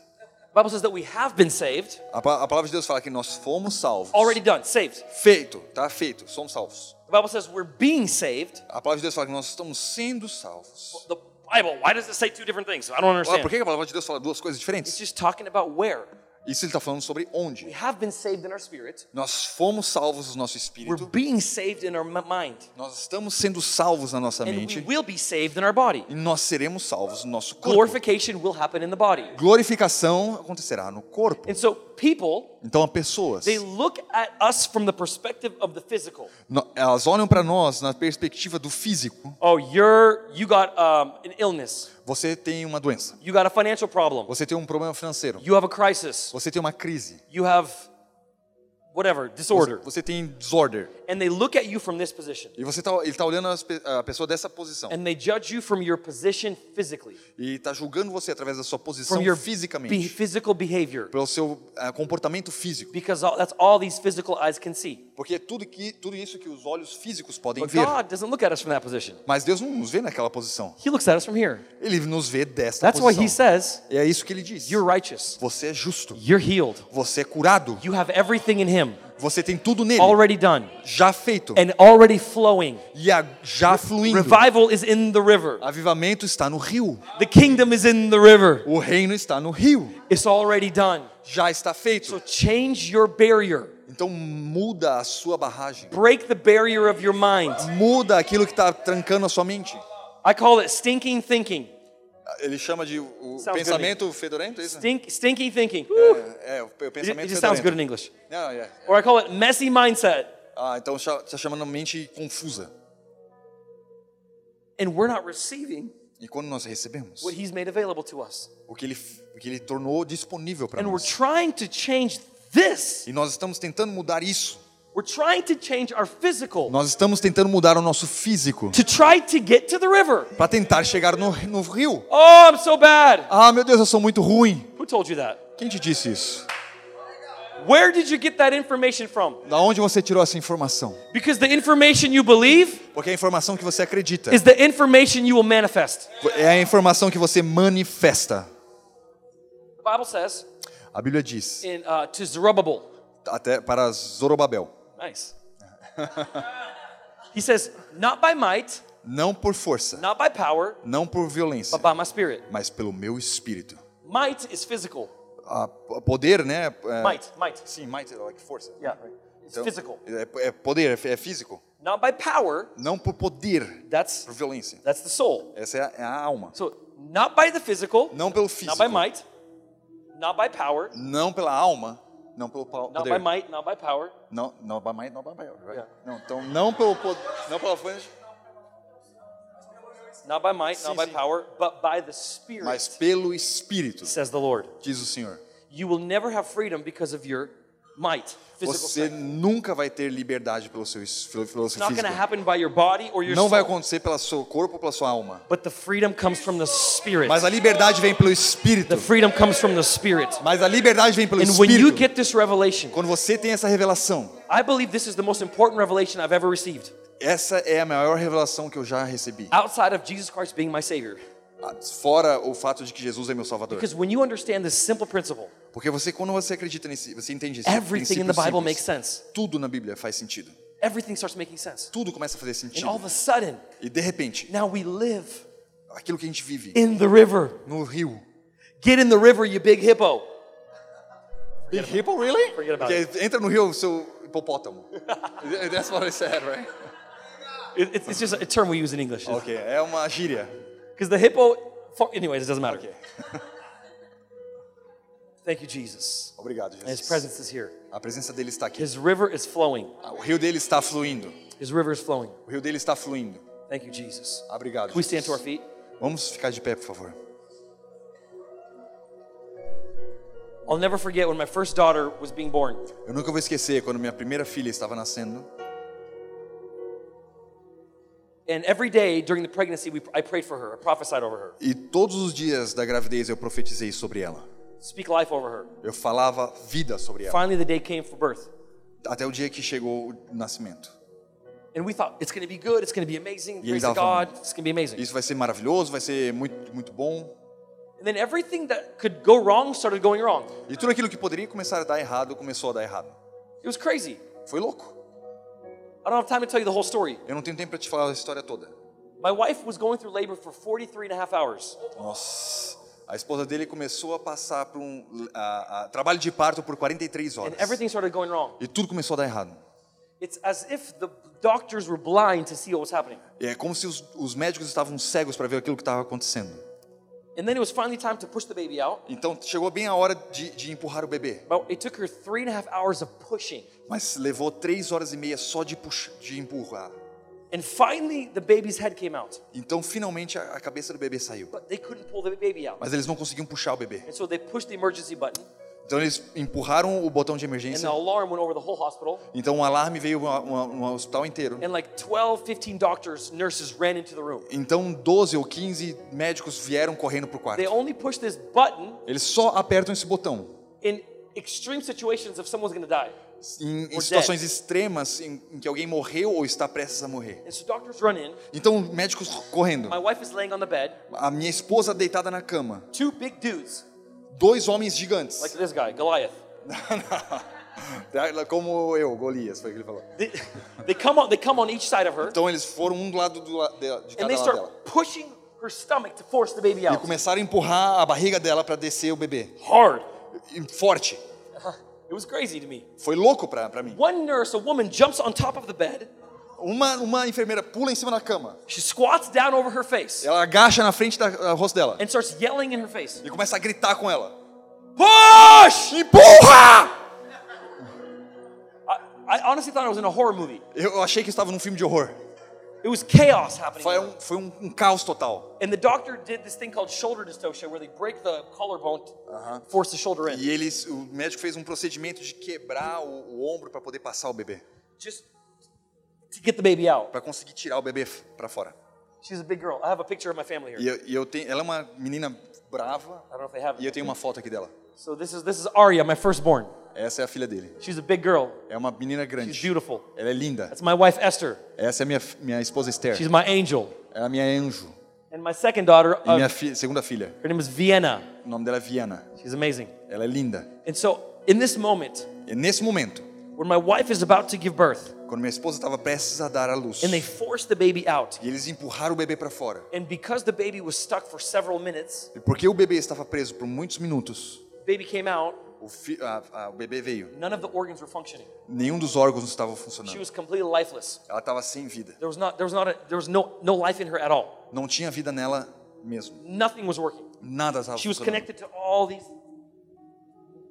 S1: The Bible says that we have been saved,
S2: A, pa- a palavra de Deus fala que nós fomos salvos.
S1: already done, saved.
S2: Feito, tá feito, somos salvos.
S1: The Bible says we're being saved.
S2: A palavra de Deus fala que nós estamos sendo salvos.
S1: The Bible, why does it say two different things? I don't
S2: Ah, por
S1: understand.
S2: que a palavra de Deus fala duas coisas
S1: It's
S2: diferentes?
S1: just talking about where.
S2: Isso ele está falando sobre
S1: We
S2: onde.
S1: have been saved in our spirit.
S2: Nós fomos salvos no nosso
S1: We're
S2: espírito.
S1: being saved in our m- mind.
S2: Nós estamos sendo salvos na nossa
S1: And we
S2: mente.
S1: will be saved in our body.
S2: E nós seremos salvos no nosso corpo.
S1: Glorification will happen in the body.
S2: Glorificação acontecerá no corpo.
S1: And so people,
S2: Então, as pessoas,
S1: they look at us from the perspective of the physical.
S2: no- elas olham para nós na perspectiva do físico.
S1: Oh, you're you got um, an illness.
S2: Você tem uma doença,
S1: You got a financial problem.
S2: você tem um problema financeiro,
S1: You have a crisis.
S2: você tem uma crise,
S1: You have whatever
S2: você,
S1: disorder,
S2: você tem disorder.
S1: and they look at you from this position,
S2: E você tá, ele está olhando as pe- a pessoa dessa posição
S1: and they judge you from your position physically,
S2: e está julgando você através da sua posição
S1: from your be-
S2: fisicamente,
S1: physical behavior,
S2: pelo seu ah, comportamento físico,
S1: because all, that's all these physical eyes can see.
S2: porque é tudo que tudo isso que os olhos físicos podem
S1: But
S2: ver.
S1: God doesn't look at us from that position.
S2: Mas Deus não nos vê naquela posição.
S1: He looks at us from here.
S2: Ele nos vê desta
S1: That's why He
S2: posição.
S1: says,
S2: É isso que ele diz.
S1: "You're righteous.
S2: Você é justo.
S1: You're healed.
S2: Você é curado.
S1: You have everything in Him
S2: Você tem tudo nele
S1: already done
S2: já feito
S1: and already flowing.
S2: e a, já fluindo.
S1: Revival is in the river.
S2: Avivamento está no rio.
S1: The kingdom is in the river.
S2: O reino está no rio.
S1: It's already done.
S2: Já está
S1: So
S2: feito.
S1: change your barrier.
S2: Então muda a sua barragem.
S1: Break the barrier of your mind.
S2: Muda aquilo que está trancando a sua mente.
S1: I call it stinking thinking.
S2: Ele chama de o
S1: Sounds
S2: pensamento fedorento, é isso?
S1: Stink, stinky thinking. Woo!
S2: É, é, o
S1: It,
S2: pe- o
S1: it
S2: pensamento
S1: just sounds good
S2: fedorento.
S1: in English.
S2: Não, é.
S1: Or I call it messy mindset.
S2: Ah, então cha- está chamando a mente confusa.
S1: And we're not receiving
S2: E quando nós recebemos
S1: what He's made available to us.
S2: o que ele, f- o que ele tornou disponível para
S1: And we're
S2: nós.
S1: trying to change this.
S2: E nós estamos tentando mudar isso.
S1: We're trying to change our physical
S2: Nós estamos tentando mudar o nosso físico
S1: to try to get to the river.
S2: para tentar chegar no, no rio.
S1: Oh, I'm so bad.
S2: Ah, meu Deus, eu sou muito ruim.
S1: Who told you that?
S2: Quem te disse isso?
S1: Where did you get that information from?
S2: Da onde você tirou essa informação?
S1: Because the information you believe
S2: Porque é a informação que você acredita.
S1: is the information you will manifest.
S2: É a informação que você manifesta.
S1: The Bible says
S2: A Bíblia diz,
S1: in uh, to Zerubbabel.
S2: até para Zorobabel,
S1: Nice. he says, "Not by might,
S2: não por força,
S1: not by power,
S2: não por violência,
S1: but by my spirit."
S2: mas pelo meu espírito.
S1: Might is physical.
S2: A, a poder, né? é-
S1: Might, might.
S2: Sim, might, like força.
S1: Yeah, it's
S2: Então,
S1: physical.
S2: É, é poder, é, é físico.
S1: Not by power.
S2: Não por poder,
S1: That's
S2: por violência.
S1: that's the soul.
S2: Essa é a, é a alma.
S1: So not by the physical,
S2: Não pelo
S1: not
S2: físico.
S1: by might, not by power,
S2: Não pela alma, não pelo pa-
S1: not by
S2: poder.
S1: might, not by power,
S2: Não, não by might, não by power. right?
S1: Yeah.
S2: Não, então não pelo poder, não pela força,
S1: not by might, not
S2: Sim,
S1: by
S2: sim.
S1: power, but by the spirit,
S2: mas pelo espírito,
S1: says the Lord.
S2: diz o Senhor.
S1: You will never have freedom because of your might, physical
S2: Você
S1: strength.
S2: nunca vai ter liberdade pelo seu es- pelo, pelo
S1: It's
S2: seu
S1: not going
S2: físico.
S1: to happen by your body or your
S2: Não vai
S1: soul.
S2: acontecer pelo seu corpo ou pela sua alma.
S1: But the freedom comes from the spirit.
S2: Mas a liberdade vem pelo espírito.
S1: The freedom comes from the Spirit.
S2: Mas a liberdade vem pelo
S1: And when you
S2: espírito.
S1: get this revelation,
S2: Quando você tem essa revelação,
S1: I believe this is the most important revelation I've ever received
S2: essa é a maior revelação que eu já recebi. Ah,
S1: outside of Jesus Christ being my Savior.
S2: Fora o fato de que Jesus é meu salvador.
S1: Because when you understand this simple principle,
S2: Porque você quando você acredita nesse, você entende esse
S1: everything in the
S2: princípio
S1: Bible
S2: simples.
S1: makes sense.
S2: Tudo na Bíblia faz sentido.
S1: Everything starts making sense.
S2: Tudo começa a fazer
S1: And
S2: sentido.
S1: all of a sudden,
S2: E de repente,
S1: now we live
S2: aquilo que a gente vive
S1: in the river.
S2: no rio.
S1: Get in the river, you big hippo.
S2: Big hippo, really?
S1: Forget about
S2: Porque é, entra no rio seu
S1: (laughs)
S2: hipopótamo. That's what I said, right?
S1: It- It's, it's just a term we use in English. Because
S2: Ok, é uma gíria.
S1: the hippo, for, anyways, it doesn't matter.
S2: Ok.
S1: (laughs) Thank you, Jesus.
S2: Obrigado,
S1: And His
S2: Jesus.
S1: presence is here.
S2: A presença dele está aqui.
S1: His river is flowing.
S2: Ah, O rio dele está fluindo.
S1: His river is flowing.
S2: O rio dele está fluindo. Ah,
S1: Thank you, Jesus.
S2: Obrigado.
S1: Can we stand to our
S2: Jesus.
S1: feet?
S2: Vamos ficar de pé, por favor.
S1: I'll never forget when my first daughter was being born.
S2: Eu nunca vou esquecer quando minha primeira filha estava nascendo.
S1: And every day during the pregnancy, we, I prayed for her. I prophesied over her.
S2: E todos os dias da gravidez eu profetizei sobre ela.
S1: Speak life over her.
S2: Eu falava vida sobre ela.
S1: Finally, the day came for birth.
S2: Até o dia que chegou o nascimento.
S1: And we thought, it's going to be good. It's going to be amazing. Praise
S2: eles
S1: to
S2: estavam
S1: God.
S2: falando,
S1: It's going to be amazing.
S2: Isso vai ser maravilhoso, vai ser muito, muito bom.
S1: And then everything that could go wrong started going wrong.
S2: E tudo aquilo que poderia começar a dar errado, começou a dar errado.
S1: It was crazy.
S2: Foi louco.
S1: I don't have time to tell you the whole story.
S2: Eu não tenho tempo para te falar a história toda.
S1: My wife was going through labor for 43 and a half hours.
S2: Nossa. A esposa dele começou a passar por um a- a- trabalho de parto por 43
S1: And
S2: horas.
S1: everything started going wrong.
S2: E tudo começou a dar errado.
S1: It's as if the doctors were blind to see what was happening.
S2: É como se os, os médicos estavam cegos para ver aquilo que estava acontecendo.
S1: And then it was finally time to push the baby out.
S2: Então chegou bem a hora de, de empurrar o bebê.
S1: But it took her three and a half hours of pushing.
S2: Mas levou três horas e meia só de, pux- de empurrar.
S1: And finally, the baby's head came out.
S2: Então finalmente a, a cabeça do bebê saiu.
S1: But they couldn't pull the baby out.
S2: Mas eles não conseguiam puxar o bebê.
S1: And so they pushed the emergency button,
S2: Então eles empurraram o botão de
S1: and
S2: emergência.
S1: the alarm went over the whole hospital.
S2: Então um alarme veio no- no no hospital inteiro.
S1: And like 12, 15 doctors, nurses ran into the room.
S2: Então 12 ou 15 médicos vieram correndo pro quarto.
S1: They only push this button
S2: Eles só apertam esse botão.
S1: in extreme situations if someone's gonna die.
S2: Em, em
S1: Or
S2: situações extremas em, em que alguém morreu ou está prestes a morrer.
S1: And so doctors run in.
S2: Então médicos correndo.
S1: My wife is laying on the bed.
S2: A minha esposa deitada na cama.
S1: Two big dudes,
S2: Dois homens gigantes.
S1: like this guy, Goliath.
S2: Como eu, Golias, foi o que ele falou.
S1: They, they come on. They come on each side of
S2: (laughs)
S1: her,
S2: Então eles foram um do lado do la- de, de
S1: and
S2: cada
S1: they
S2: lado dela.
S1: start pushing her stomach to force the baby
S2: E
S1: out.
S2: começaram a empurrar a barriga dela para descer o bebê.
S1: Hard.
S2: E Forte.
S1: It was crazy to me.
S2: Foi louco pra, pra mim.
S1: One nurse, a woman, jumps on top of the bed.
S2: Uma, uma enfermeira pula em cima da cama.
S1: She squats down over her face
S2: Ela agacha na frente da- do rosto dela.
S1: and starts yelling in her face.
S2: E começa a gritar com ela.
S1: Push!
S2: Empurra!
S1: I, I honestly thought I was in a horror movie.
S2: Eu eu achei que estava num filme de horror.
S1: It was chaos happening.
S2: Foi um, foi um, um caos total.
S1: And the doctor did this thing called shoulder dystocia, where they break the collarbone, to force the shoulder in.
S2: E eles, o médico fez um procedimento de quebrar o, o ombro para poder passar o bebê,
S1: just to get the baby out.
S2: para conseguir tirar o bebê para fora.
S1: She's a big girl. I have a picture of my family here.
S2: E eu, e eu tenho, ela é uma menina brava.
S1: I don't know if they have
S2: E eu
S1: it.
S2: tenho uma foto aqui dela.
S1: So this is this is Arya, my firstborn.
S2: Essa é a filha dele.
S1: She's a big girl.
S2: É uma menina
S1: She's
S2: grande.
S1: beautiful.
S2: Ela é linda.
S1: That's my wife Esther.
S2: Essa é minha f- minha esposa Esther.
S1: She's my angel.
S2: Ela é minha anjo.
S1: And my second daughter,
S2: E
S1: uh,
S2: minha fi- segunda filha.
S1: her name is Vienna.
S2: O nome dela é Viana.
S1: She's amazing.
S2: Ela é linda.
S1: And so in this moment,
S2: E nesse momento,
S1: when my wife is about to give birth,
S2: quando minha esposa estava prestes a dar à luz,
S1: and they
S2: e
S1: force the baby out,
S2: eles empurraram o bebê para fora.
S1: and because the baby was stuck for several minutes,
S2: E porque o bebê estava preso por muitos minutos,
S1: baby came out.
S2: o, fi- a- a- o bebê veio.
S1: None of the organs were functioning.
S2: Nenhum dos órgãos estava
S1: She
S2: funcionando.
S1: was completely lifeless.
S2: Ela estava sem vida.
S1: There was not there was not a, there was no no life in her at all.
S2: Não tinha vida nela mesmo.
S1: Nothing was working.
S2: Nada estava
S1: She was
S2: funcionando.
S1: connected to all these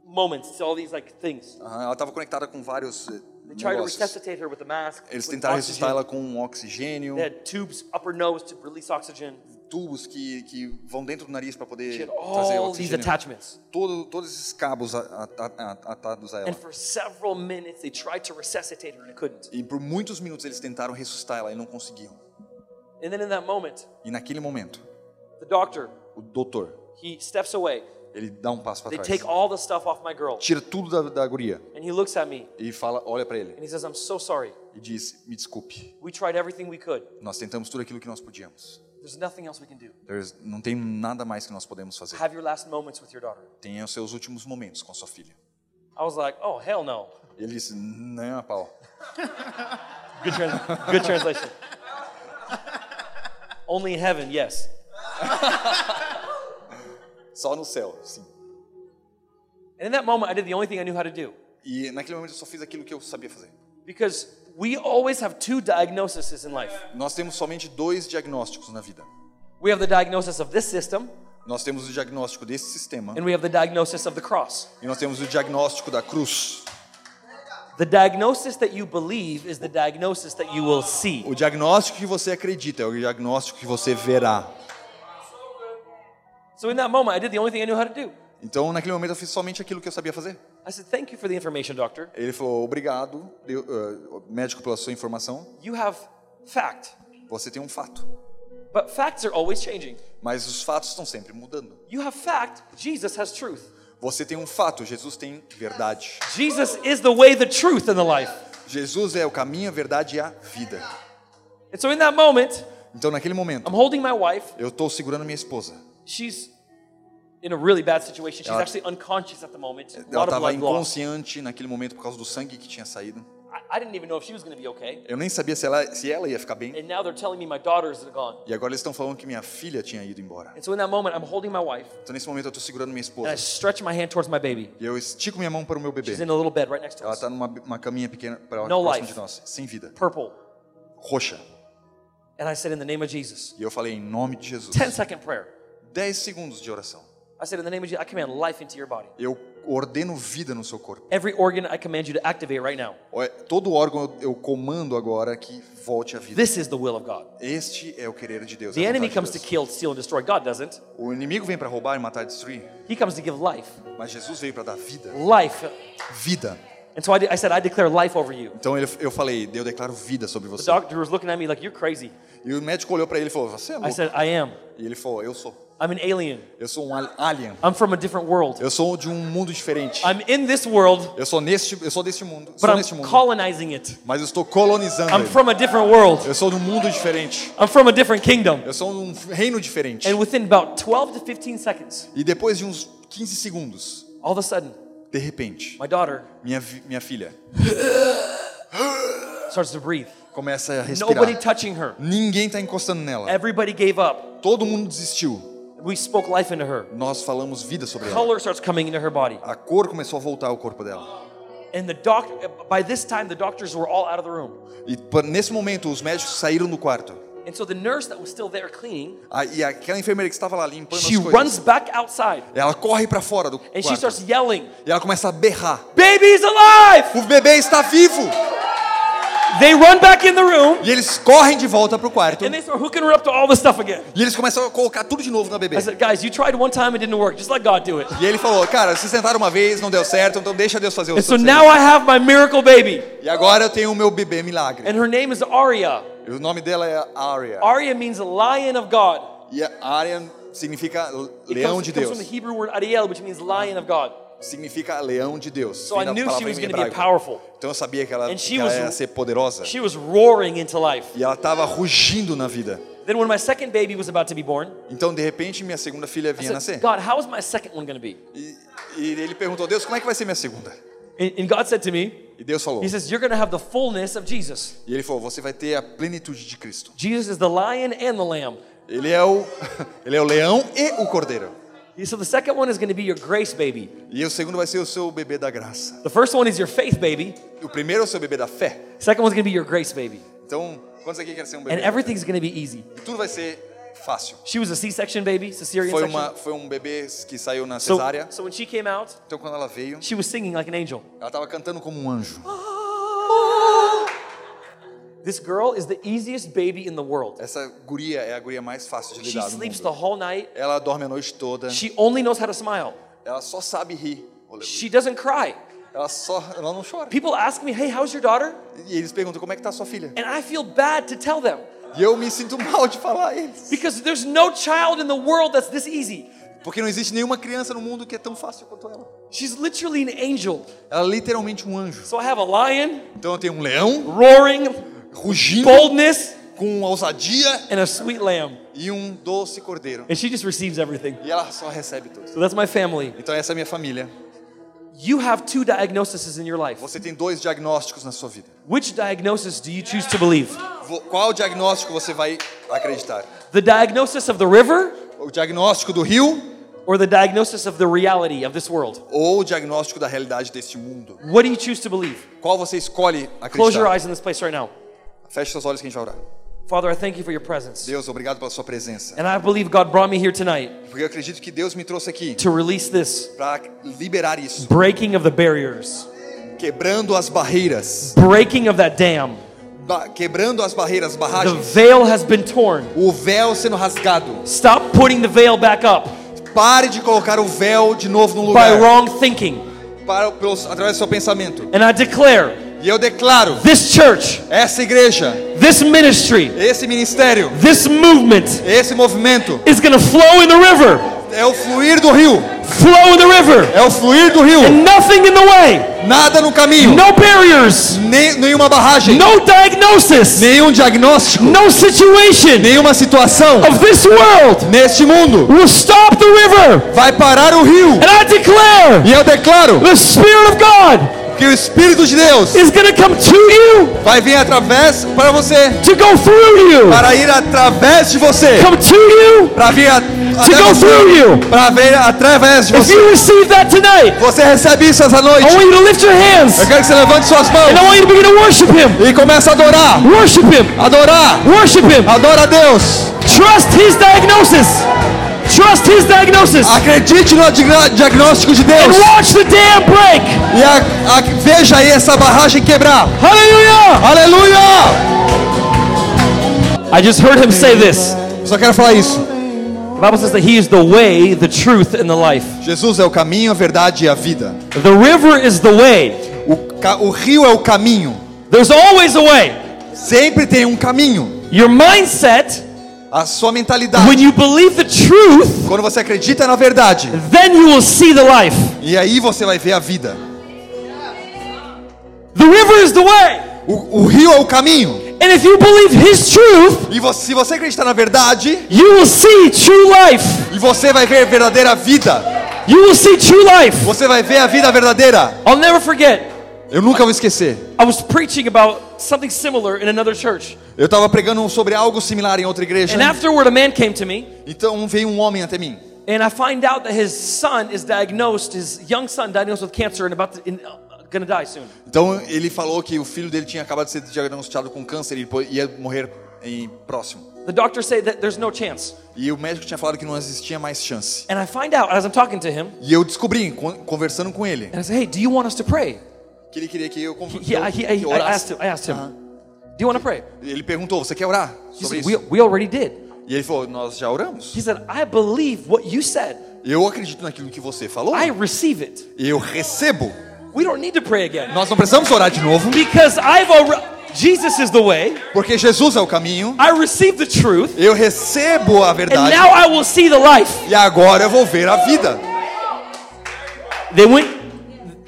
S1: moments, to all these like things.
S2: Aham, ela estava conectada com vários eh,
S1: They tried to
S2: negócios.
S1: resuscitate her with a mask.
S2: Eles
S1: with
S2: tentaram
S1: oxygen.
S2: ressuscitar ela com um oxigênio,
S1: They had tubes up her nose to release oxygen.
S2: tubos que, que vão dentro do nariz para
S1: She
S2: poder
S1: had
S2: trazer
S1: all these
S2: oxigênio.
S1: attachments.
S2: Todo, todos esses cabos a- a- a- atados a
S1: And
S2: ela.
S1: for several minutes, they tried to resuscitate her and couldn't.
S2: E por muitos minutos eles tentaram ressuscitar ela e não conseguiam.
S1: And then in that moment,
S2: E naquele momento,
S1: the doctor
S2: o doutor,
S1: he steps away.
S2: ele dá um passo
S1: They
S2: para trás.
S1: take all the stuff off my girl,
S2: Tira tudo da, da guria.
S1: and he looks at me
S2: e fala, olha para ele
S1: and he says, "I'm so sorry.
S2: e diz: "Me desculpe.
S1: We tried everything we could.
S2: Nós tentamos tudo aquilo que nós podíamos.
S1: There's nothing else we can do.
S2: There's- não tem nada mais que nós podemos fazer.
S1: Have your last moments with your daughter."
S2: Tenha os seus últimos momentos com sua filha."
S1: I was like, "Oh hell no."
S2: Ele disse: "Não, a pau.
S1: Good, trans- good translation. Only in heaven, yes.
S2: Só no céu, sim."
S1: And in that moment, I did the only thing I knew how to do.
S2: E naquele momento eu só fiz aquilo que eu sabia fazer.
S1: Because we always have two diagnoses in life
S2: Nós temos somente dois diagnósticos na vida.
S1: we have the diagnosis of this system,
S2: Nós temos o diagnóstico desse sistema
S1: and we have the diagnosis of the cross.
S2: e nós temos o diagnóstico da cruz.
S1: The diagnosis that you believe is the diagnosis that you will see.
S2: O diagnóstico que você acredita é o diagnóstico que você verá.
S1: So in that moment, I did the only thing I knew how to do.
S2: Então, naquele momento eu fiz somente aquilo que eu sabia fazer.
S1: I said, Thank you for the information, doctor.
S2: Ele falou: "Obrigado, deu- eh, médico, pela sua informação.
S1: You have fact,
S2: Você tem um fato,
S1: but facts are always changing.
S2: mas os fatos estão sempre mudando.
S1: You have fact, Jesus has truth.
S2: Você tem um fato, Jesus tem verdade.
S1: Jesus is the way, the truth, and the life.
S2: Jesus é o caminho, a verdade e a vida.
S1: And so in that moment,
S2: Então, naquele
S1: I'm
S2: momento,
S1: holding my wife.
S2: eu estou segurando minha esposa.
S1: She's in a really bad situation. She's
S2: Ela-
S1: actually unconscious at the moment. A
S2: Ela
S1: lot of
S2: estava
S1: blood loss.
S2: inconsciente naquele momento por causa do sangue que tinha saído.
S1: I, I didn't even know if she was going to be okay.
S2: Eu nem sabia se ela, se ela ia ficar bem.
S1: And now they're telling me my daughters are gone.
S2: E agora eles estão falando que minha filha tinha ido embora.
S1: And so in that moment, I'm holding my wife
S2: Então, nesse momento, eu estou segurando minha
S1: and I
S2: esposa.
S1: stretch my hand towards my baby.
S2: E eu estico minha mão para o meu bebê.
S1: She's in a little bed right next to
S2: Ela
S1: us,
S2: está numa uma caminha pequena para
S1: No
S2: próximo
S1: life.
S2: de nós, sem vida,
S1: purple.
S2: roxa.
S1: And I said, in the name of Jesus,
S2: E eu falei em nome de Jesus.
S1: 10 second prayer.
S2: 10 segundos de oração.
S1: I said, in the name of Jesus, I command life into your body.
S2: Eu ordeno vida no seu corpo.
S1: Every organ I command you to activate right now.
S2: Ó, é, Todo órgão eu eu comando agora que volte à vida.
S1: This is the will of God.
S2: Este é o querer de Deus. a
S1: The enemy
S2: vontade de
S1: comes to
S2: Deus.
S1: kill, steal, and destroy. God doesn't.
S2: O inimigo vem para roubar, matar, destruir,
S1: He comes to give life.
S2: mas Jesus veio para dar vida.
S1: Life.
S2: Vida.
S1: And so I, de- I said, I declare life over you.
S2: Então ele- eu falei, eu declaro vida sobre
S1: The
S2: você.
S1: doctor was looking at me like, you're crazy.
S2: E o médico olhou para ele e falou, você é
S1: I
S2: louco.
S1: said, I am.
S2: E ele falou, eu sou.
S1: I'm an alien.
S2: Eu sou um al- alien.
S1: I'm from a different world.
S2: Eu sou de um mundo diferente.
S1: I'm in this world,
S2: Eu sou neste, eu sou deste mundo.
S1: but
S2: Sou neste
S1: I'm
S2: mundo.
S1: colonizing it.
S2: Mas eu estou colonizando.
S1: I'm
S2: ele.
S1: from a different world.
S2: Eu sou de um mundo diferente.
S1: I'm from a different kingdom.
S2: Eu sou de um reino diferente.
S1: And within about 12 to 15 seconds,
S2: E depois de uns 15 segundos,
S1: all of a sudden,
S2: de repente,
S1: my daughter
S2: minha vi- minha filha
S1: starts to breathe.
S2: começa a
S1: Nobody É-
S2: respirar.
S1: touching her.
S2: Ninguém está encostando nela.
S1: Everybody gave up.
S2: Todo mundo desistiu.
S1: We spoke life into her.
S2: Nós falamos vida sobre ela.
S1: Color starts coming into her body.
S2: A cor começou a voltar ao corpo dela.
S1: And the doctor, by this time, the doctors were all out of the room.
S2: E pa- nesse momento, os médicos saíram do quarto.
S1: And so the nurse that was still there cleaning,
S2: A- E aquela enfermeira que estava lá limpando
S1: she
S2: as coisas,
S1: runs back outside
S2: ela corre para fora do
S1: and she starts
S2: quarto.
S1: yelling,
S2: E ela começa a berrar.
S1: "Baby's alive!"
S2: O bebê está vivo!
S1: They run back in the room
S2: E eles correm de volta pro quarto.
S1: and they start hooking her up to all this stuff again.
S2: E eles começam a colocar tudo de novo na bebê.
S1: I said, "Guys, you tried one time, it didn't work. Just let God do it."
S2: E ele falou, cara, vocês tentaram uma vez, não deu certo, então deixa Deus fazer o
S1: And so
S2: seu.
S1: now I have my miracle baby,
S2: E agora eu tenho o meu bebê milagre.
S1: and her name is Aria.
S2: E o nome dela é Arya.
S1: Aria means lion of God.
S2: E a Arya significa
S1: It
S2: leão
S1: comes,
S2: de
S1: it comes from
S2: Deus.
S1: the Hebrew word Ariel, which means lion of God.
S2: Significa leão de Deus.
S1: So I
S2: Vem da
S1: knew she
S2: palavra
S1: was
S2: em
S1: going to be
S2: hebraico.
S1: powerful.
S2: Então eu sabia que ela,
S1: And she
S2: que ela
S1: was-
S2: ia ser poderosa.
S1: She was roaring into life.
S2: E ela estava rugindo na vida.
S1: Then when my second baby was about to be born,
S2: Então, de repente, minha segunda filha vinha
S1: I said,
S2: nascer.
S1: God, how is my second one going to be?
S2: E, e ele perguntou, Deus, como é que vai ser minha segunda?
S1: And, and God said to me,
S2: E Deus falou.
S1: He says, You're going to have the fullness of Jesus.
S2: E ele falou, você vai ter a plenitude de Cristo.
S1: Jesus is the lion and the lamb.
S2: Ele é o, (laughs) ele é o leão e o cordeiro.
S1: He- So the second one is going to be your grace baby.
S2: E o segundo vai ser o seu bebê da graça.
S1: The first one is your faith baby.
S2: O primeiro é o seu bebê da fé.
S1: Second one's going to be your grace baby.
S2: Então, quantos aqui querem ser um bebê?
S1: And
S2: da fé?
S1: everything's going to be easy.
S2: Tudo vai ser fácil.
S1: She was a C-section baby, cesarean
S2: Foi,
S1: section.
S2: uma, foi um bebê que saiu na
S1: so,
S2: cesárea.
S1: so when she came out,
S2: Então, quando ela veio,
S1: she was singing like an angel.
S2: ela estava cantando como
S1: (gasps)
S2: um anjo.
S1: This girl is the easiest baby in the world.
S2: Essa guria é a guria mais fácil de
S1: She
S2: lidar no
S1: sleeps the
S2: mundo.
S1: whole night.
S2: Ela dorme a noite toda.
S1: She only knows how to smile.
S2: Ela só sabe rir.
S1: She doesn't cry.
S2: Ela só, ela não chora.
S1: People ask me, "Hey, how's your daughter?"
S2: E eles perguntam como é que tá sua filha.
S1: And I feel bad to tell them
S2: E eu me sinto mal de falar a eles,
S1: because there's no child in the world that's this easy.
S2: porque não existe nenhuma criança no mundo que é tão fácil quanto ela.
S1: She's literally an angel.
S2: Ela é literalmente um anjo.
S1: So I have a lion
S2: Então eu tenho um leão
S1: roaring,
S2: rugindo
S1: boldness,
S2: com ousadia
S1: and a sweet lamb.
S2: e um doce cordeiro.
S1: And she just receives everything.
S2: E ela só recebe tudo.
S1: So that's my family.
S2: Então essa é a minha família.
S1: You have two diagnoses in your life.
S2: Você tem dois diagnósticos na sua vida.
S1: Which diagnosis do you choose to believe?
S2: Vo- Qual diagnóstico você vai acreditar?
S1: The diagnosis of the river
S2: O diagnóstico do rio
S1: or the diagnosis of the reality of this world?
S2: ou o diagnóstico da realidade deste mundo?
S1: What do you choose to believe?
S2: Qual você escolhe
S1: Close your
S2: acreditar?
S1: eyes in this place right now.
S2: Feche seus olhos que a gente vai orar.
S1: Father, I thank you for your presence.
S2: Deus, obrigado pela sua presença. É
S1: And I believe God brought me here tonight
S2: Porque eu acredito que Deus me trouxe aqui
S1: to release this
S2: para liberar isso,
S1: breaking of the barriers,
S2: quebrando as barreiras,
S1: breaking of that dam.
S2: ba- quebrando as barreiras,
S1: The
S2: barragens,
S1: veil has been torn.
S2: o véu sendo rasgado.
S1: Stop putting the veil back up
S2: Pare de colocar o véu de novo no
S1: by
S2: lugar,
S1: wrong thinking.
S2: para, pelos, através do seu pensamento.
S1: And I declare
S2: E eu declaro
S1: this church,
S2: essa igreja,
S1: this ministry,
S2: esse ministério,
S1: this movement
S2: esse movimento
S1: is going to flow in the river.
S2: é o fluir do rio,
S1: Flow in the river.
S2: é o fluir do rio.
S1: And nothing in the way.
S2: Nada no caminho,
S1: No barriers.
S2: nem, nenhuma barragem,
S1: No diagnosis.
S2: nenhum diagnóstico,
S1: No situation
S2: nenhuma situação
S1: of this world
S2: neste mundo
S1: will stop the river.
S2: vai parar o rio.
S1: And I declare
S2: E eu declaro
S1: the Spirit of God
S2: que o Espírito de Deus
S1: is going to come to you
S2: vai vir através para você,
S1: to go through you.
S2: para ir através de você,
S1: Come to you
S2: para vir a,
S1: to
S2: até
S1: go
S2: você,
S1: through you.
S2: para vir através de
S1: If
S2: você.
S1: you receive that tonight,
S2: Você recebe isso essa noite.
S1: I want you to lift your hands
S2: Eu quero que você levante suas
S1: and I
S2: mãos
S1: want you to begin to worship Him.
S2: e comece a adorar,
S1: Worship Him.
S2: adorar,
S1: Worship Him.
S2: adora a Deus.
S1: Trust His diagnosis. Trust his diagnosis
S2: Acredite no dia- diagnóstico de
S1: and
S2: Deus.
S1: watch the dam break.
S2: E a- a- veja aí essa barragem quebrar.
S1: Hallelujah!
S2: Aleluia!
S1: I just heard him say this.
S2: Só quero falar isso.
S1: The Bible says that he is the way, the truth, and the life.
S2: Jesus é o caminho, a verdade e a vida.
S1: The river is the way.
S2: O, ca- o rio é o caminho.
S1: There's always a way.
S2: Sempre tem um caminho.
S1: Your mindset,
S2: A sua
S1: when
S2: mentalidade.
S1: you believe the truth,
S2: Quando você acredita na verdade,
S1: then you will see the life.
S2: e aí você vai ver a vida.
S1: The river is the way.
S2: O, o rio é o caminho.
S1: And if you believe his truth,
S2: E vo- se você acreditar na verdade,
S1: you will see true life.
S2: e você vai ver verdadeira vida.
S1: You will see true life.
S2: Você vai ver a vida verdadeira.
S1: I'll never forget.
S2: Eu nunca vou esquecer.
S1: I was preaching about something similar in another church.
S2: Eu estava pregando sobre algo similar em outra igreja.
S1: And afterward, a man came to me,
S2: Então veio um homem até mim.
S1: and I find out that his son is diagnosed, his young son diagnosed with cancer and about to, in, uh, gonna die soon.
S2: Então ele falou que o filho dele tinha acabado de ser diagnosticado com câncer e depois ia morrer em próximo.
S1: The doctors say that there's no chance.
S2: E o médico tinha falado que não existia mais chance.
S1: And I find out as I'm talking to him,
S2: E eu descobri, con- conversando com ele,
S1: and I say, "Hey, do you want us to pray?"
S2: que ele queria que eu, con-
S1: He, I, he,
S2: que eu
S1: I, I asked
S2: orasse.
S1: him. I asked him, "Do you want to pray?"
S2: Ele perguntou, você quer orar
S1: He
S2: sobre
S1: said,
S2: isso?
S1: we, "We already did."
S2: E ele falou, nós já oramos.
S1: He said, "I believe what you said.
S2: Eu acredito naquilo que você falou.
S1: I receive it.
S2: Eu recebo.
S1: We don't need to pray again
S2: Nós não precisamos orar de novo,
S1: because I've already." Jesus is the way.
S2: porque Jesus é o caminho.
S1: I received the truth,
S2: Eu recebo a
S1: and
S2: verdade.
S1: now I will see the life.
S2: E agora eu vou ver a vida.
S1: They went.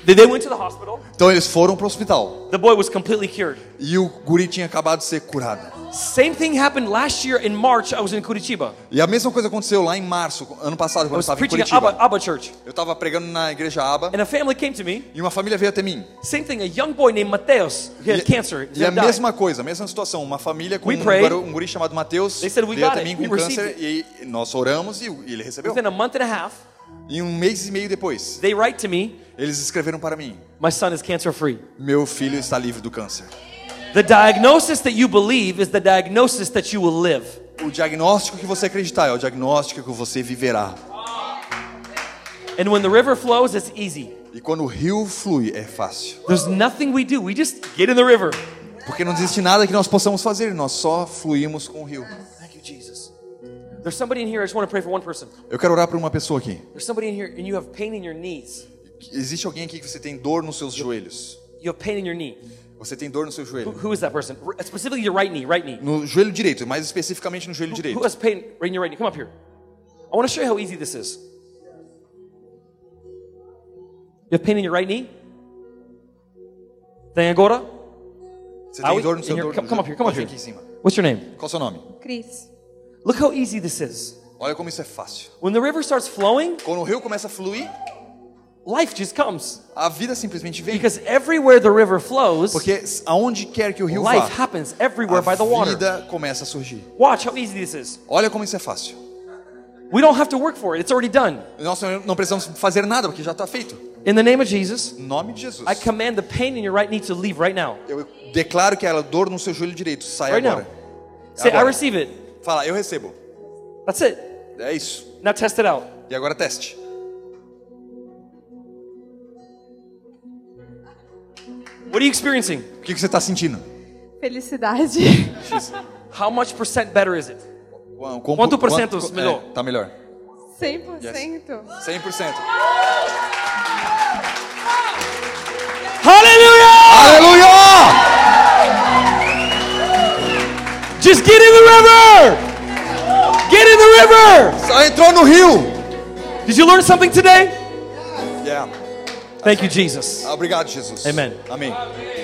S1: They, they went to the hospital.
S2: Então eles foram para o hospital.
S1: The boy was completely cured.
S2: E o guri tinha acabado de ser curado.
S1: Same thing happened last year in March. I was in Curitiba.
S2: E a mesma coisa aconteceu lá em março, ano passado, quando
S1: I
S2: eu
S1: was
S2: estava em
S1: preaching at
S2: Curitiba.
S1: Abba, Abba Church,
S2: Eu estava pregando na igreja Aba.
S1: and a family came to me.
S2: E uma família veio até mim.
S1: Same thing. A young boy named Mateos. He had
S2: E- é
S1: cancer. He
S2: E a
S1: died.
S2: mesma coisa, a mesma situação. Uma família com
S1: We
S2: um,
S1: prayed.
S2: garo- um guri chamado Mateus
S1: They said, "We
S2: veio
S1: got
S2: até
S1: it.
S2: mim
S1: We
S2: com câncer e nós oramos e o- e ele recebeu.
S1: Within a month and a half,
S2: E um mês e meio depois,
S1: they write to me.
S2: eles escreveram para mim:
S1: My son is cancer free.
S2: Meu filho está livre do câncer.
S1: The diagnosis that you believe is the diagnosis that you will live.
S2: O diagnóstico que você acreditar é o diagnóstico que você viverá.
S1: And when the river flows, it's easy.
S2: E quando o rio flui, é fácil.
S1: There's nothing we do. We just get in the river.
S2: Porque não existe nada que nós possamos fazer, nós só fluímos com o rio.
S1: Thank you, Jesus. There's somebody in here. I just want to pray for one person.
S2: Eu quero orar por uma pessoa aqui.
S1: There's somebody in here, and you have pain in your knees.
S2: Existe alguém aqui que você tem dor nos seus joelhos?
S1: You have pain in your knee.
S2: Você tem dor no seu
S1: Who,
S2: joelho?
S1: who is that person? R- Specifically, your right knee, right knee.
S2: No joelho direito, mais especificamente no joelho direito.
S1: Who has pain right in your right knee? Come up here. I want to show you how easy this is. You have pain in your right knee? Tem agora?
S2: Você
S1: Ah,
S2: tem
S1: oui,
S2: dor no seu
S1: in your-
S2: dor.
S1: come- come up here, come up
S2: Vem
S1: here.
S2: aqui em cima.
S1: What's your name?
S2: Qual o seu nome?
S3: Cris.
S1: Look how easy this is.
S2: Olha como isso é fácil.
S1: When the river starts flowing,
S2: Quando o rio começa a fluir,
S1: life just comes.
S2: a vida simplesmente vem.
S1: Because everywhere the river flows,
S2: Porque aonde quer que o rio
S1: life
S2: vá,
S1: happens everywhere by the
S2: a
S1: water.
S2: vida começa a surgir.
S1: Watch how easy this is.
S2: Olha como isso é fácil.
S1: We don't have to work for it, it's already done.
S2: Nós não precisamos fazer nada porque já está feito.
S1: In the name of Jesus,
S2: Em nome de Jesus.
S1: I command the pain in your right knee to leave right now.
S2: Eu declaro que é a dor no seu joelho direito sai
S1: Right
S2: agora.
S1: now. Say, I
S2: Agora.
S1: receive it.
S2: Fala, eu recebo.
S1: That's it.
S2: É isso.
S1: Now test it out.
S2: E agora teste.
S1: What are you experiencing?
S2: O que que você está sentindo?
S3: Felicidade.
S1: How much percent better is it?
S2: Quão- quão-
S1: Quanto por cento
S2: quanto-
S1: melhorou?
S2: É, tá melhor.
S3: 100%.
S2: 100%.
S1: Hallelujah!
S2: Aleluia!
S1: Just get in the river! Get in the river!
S2: Só entrou no rio.
S1: Did you learn something today?
S2: Yeah.
S1: Thank you, Jesus.
S2: Obrigado, Jesus.
S1: Amen.
S2: Amém.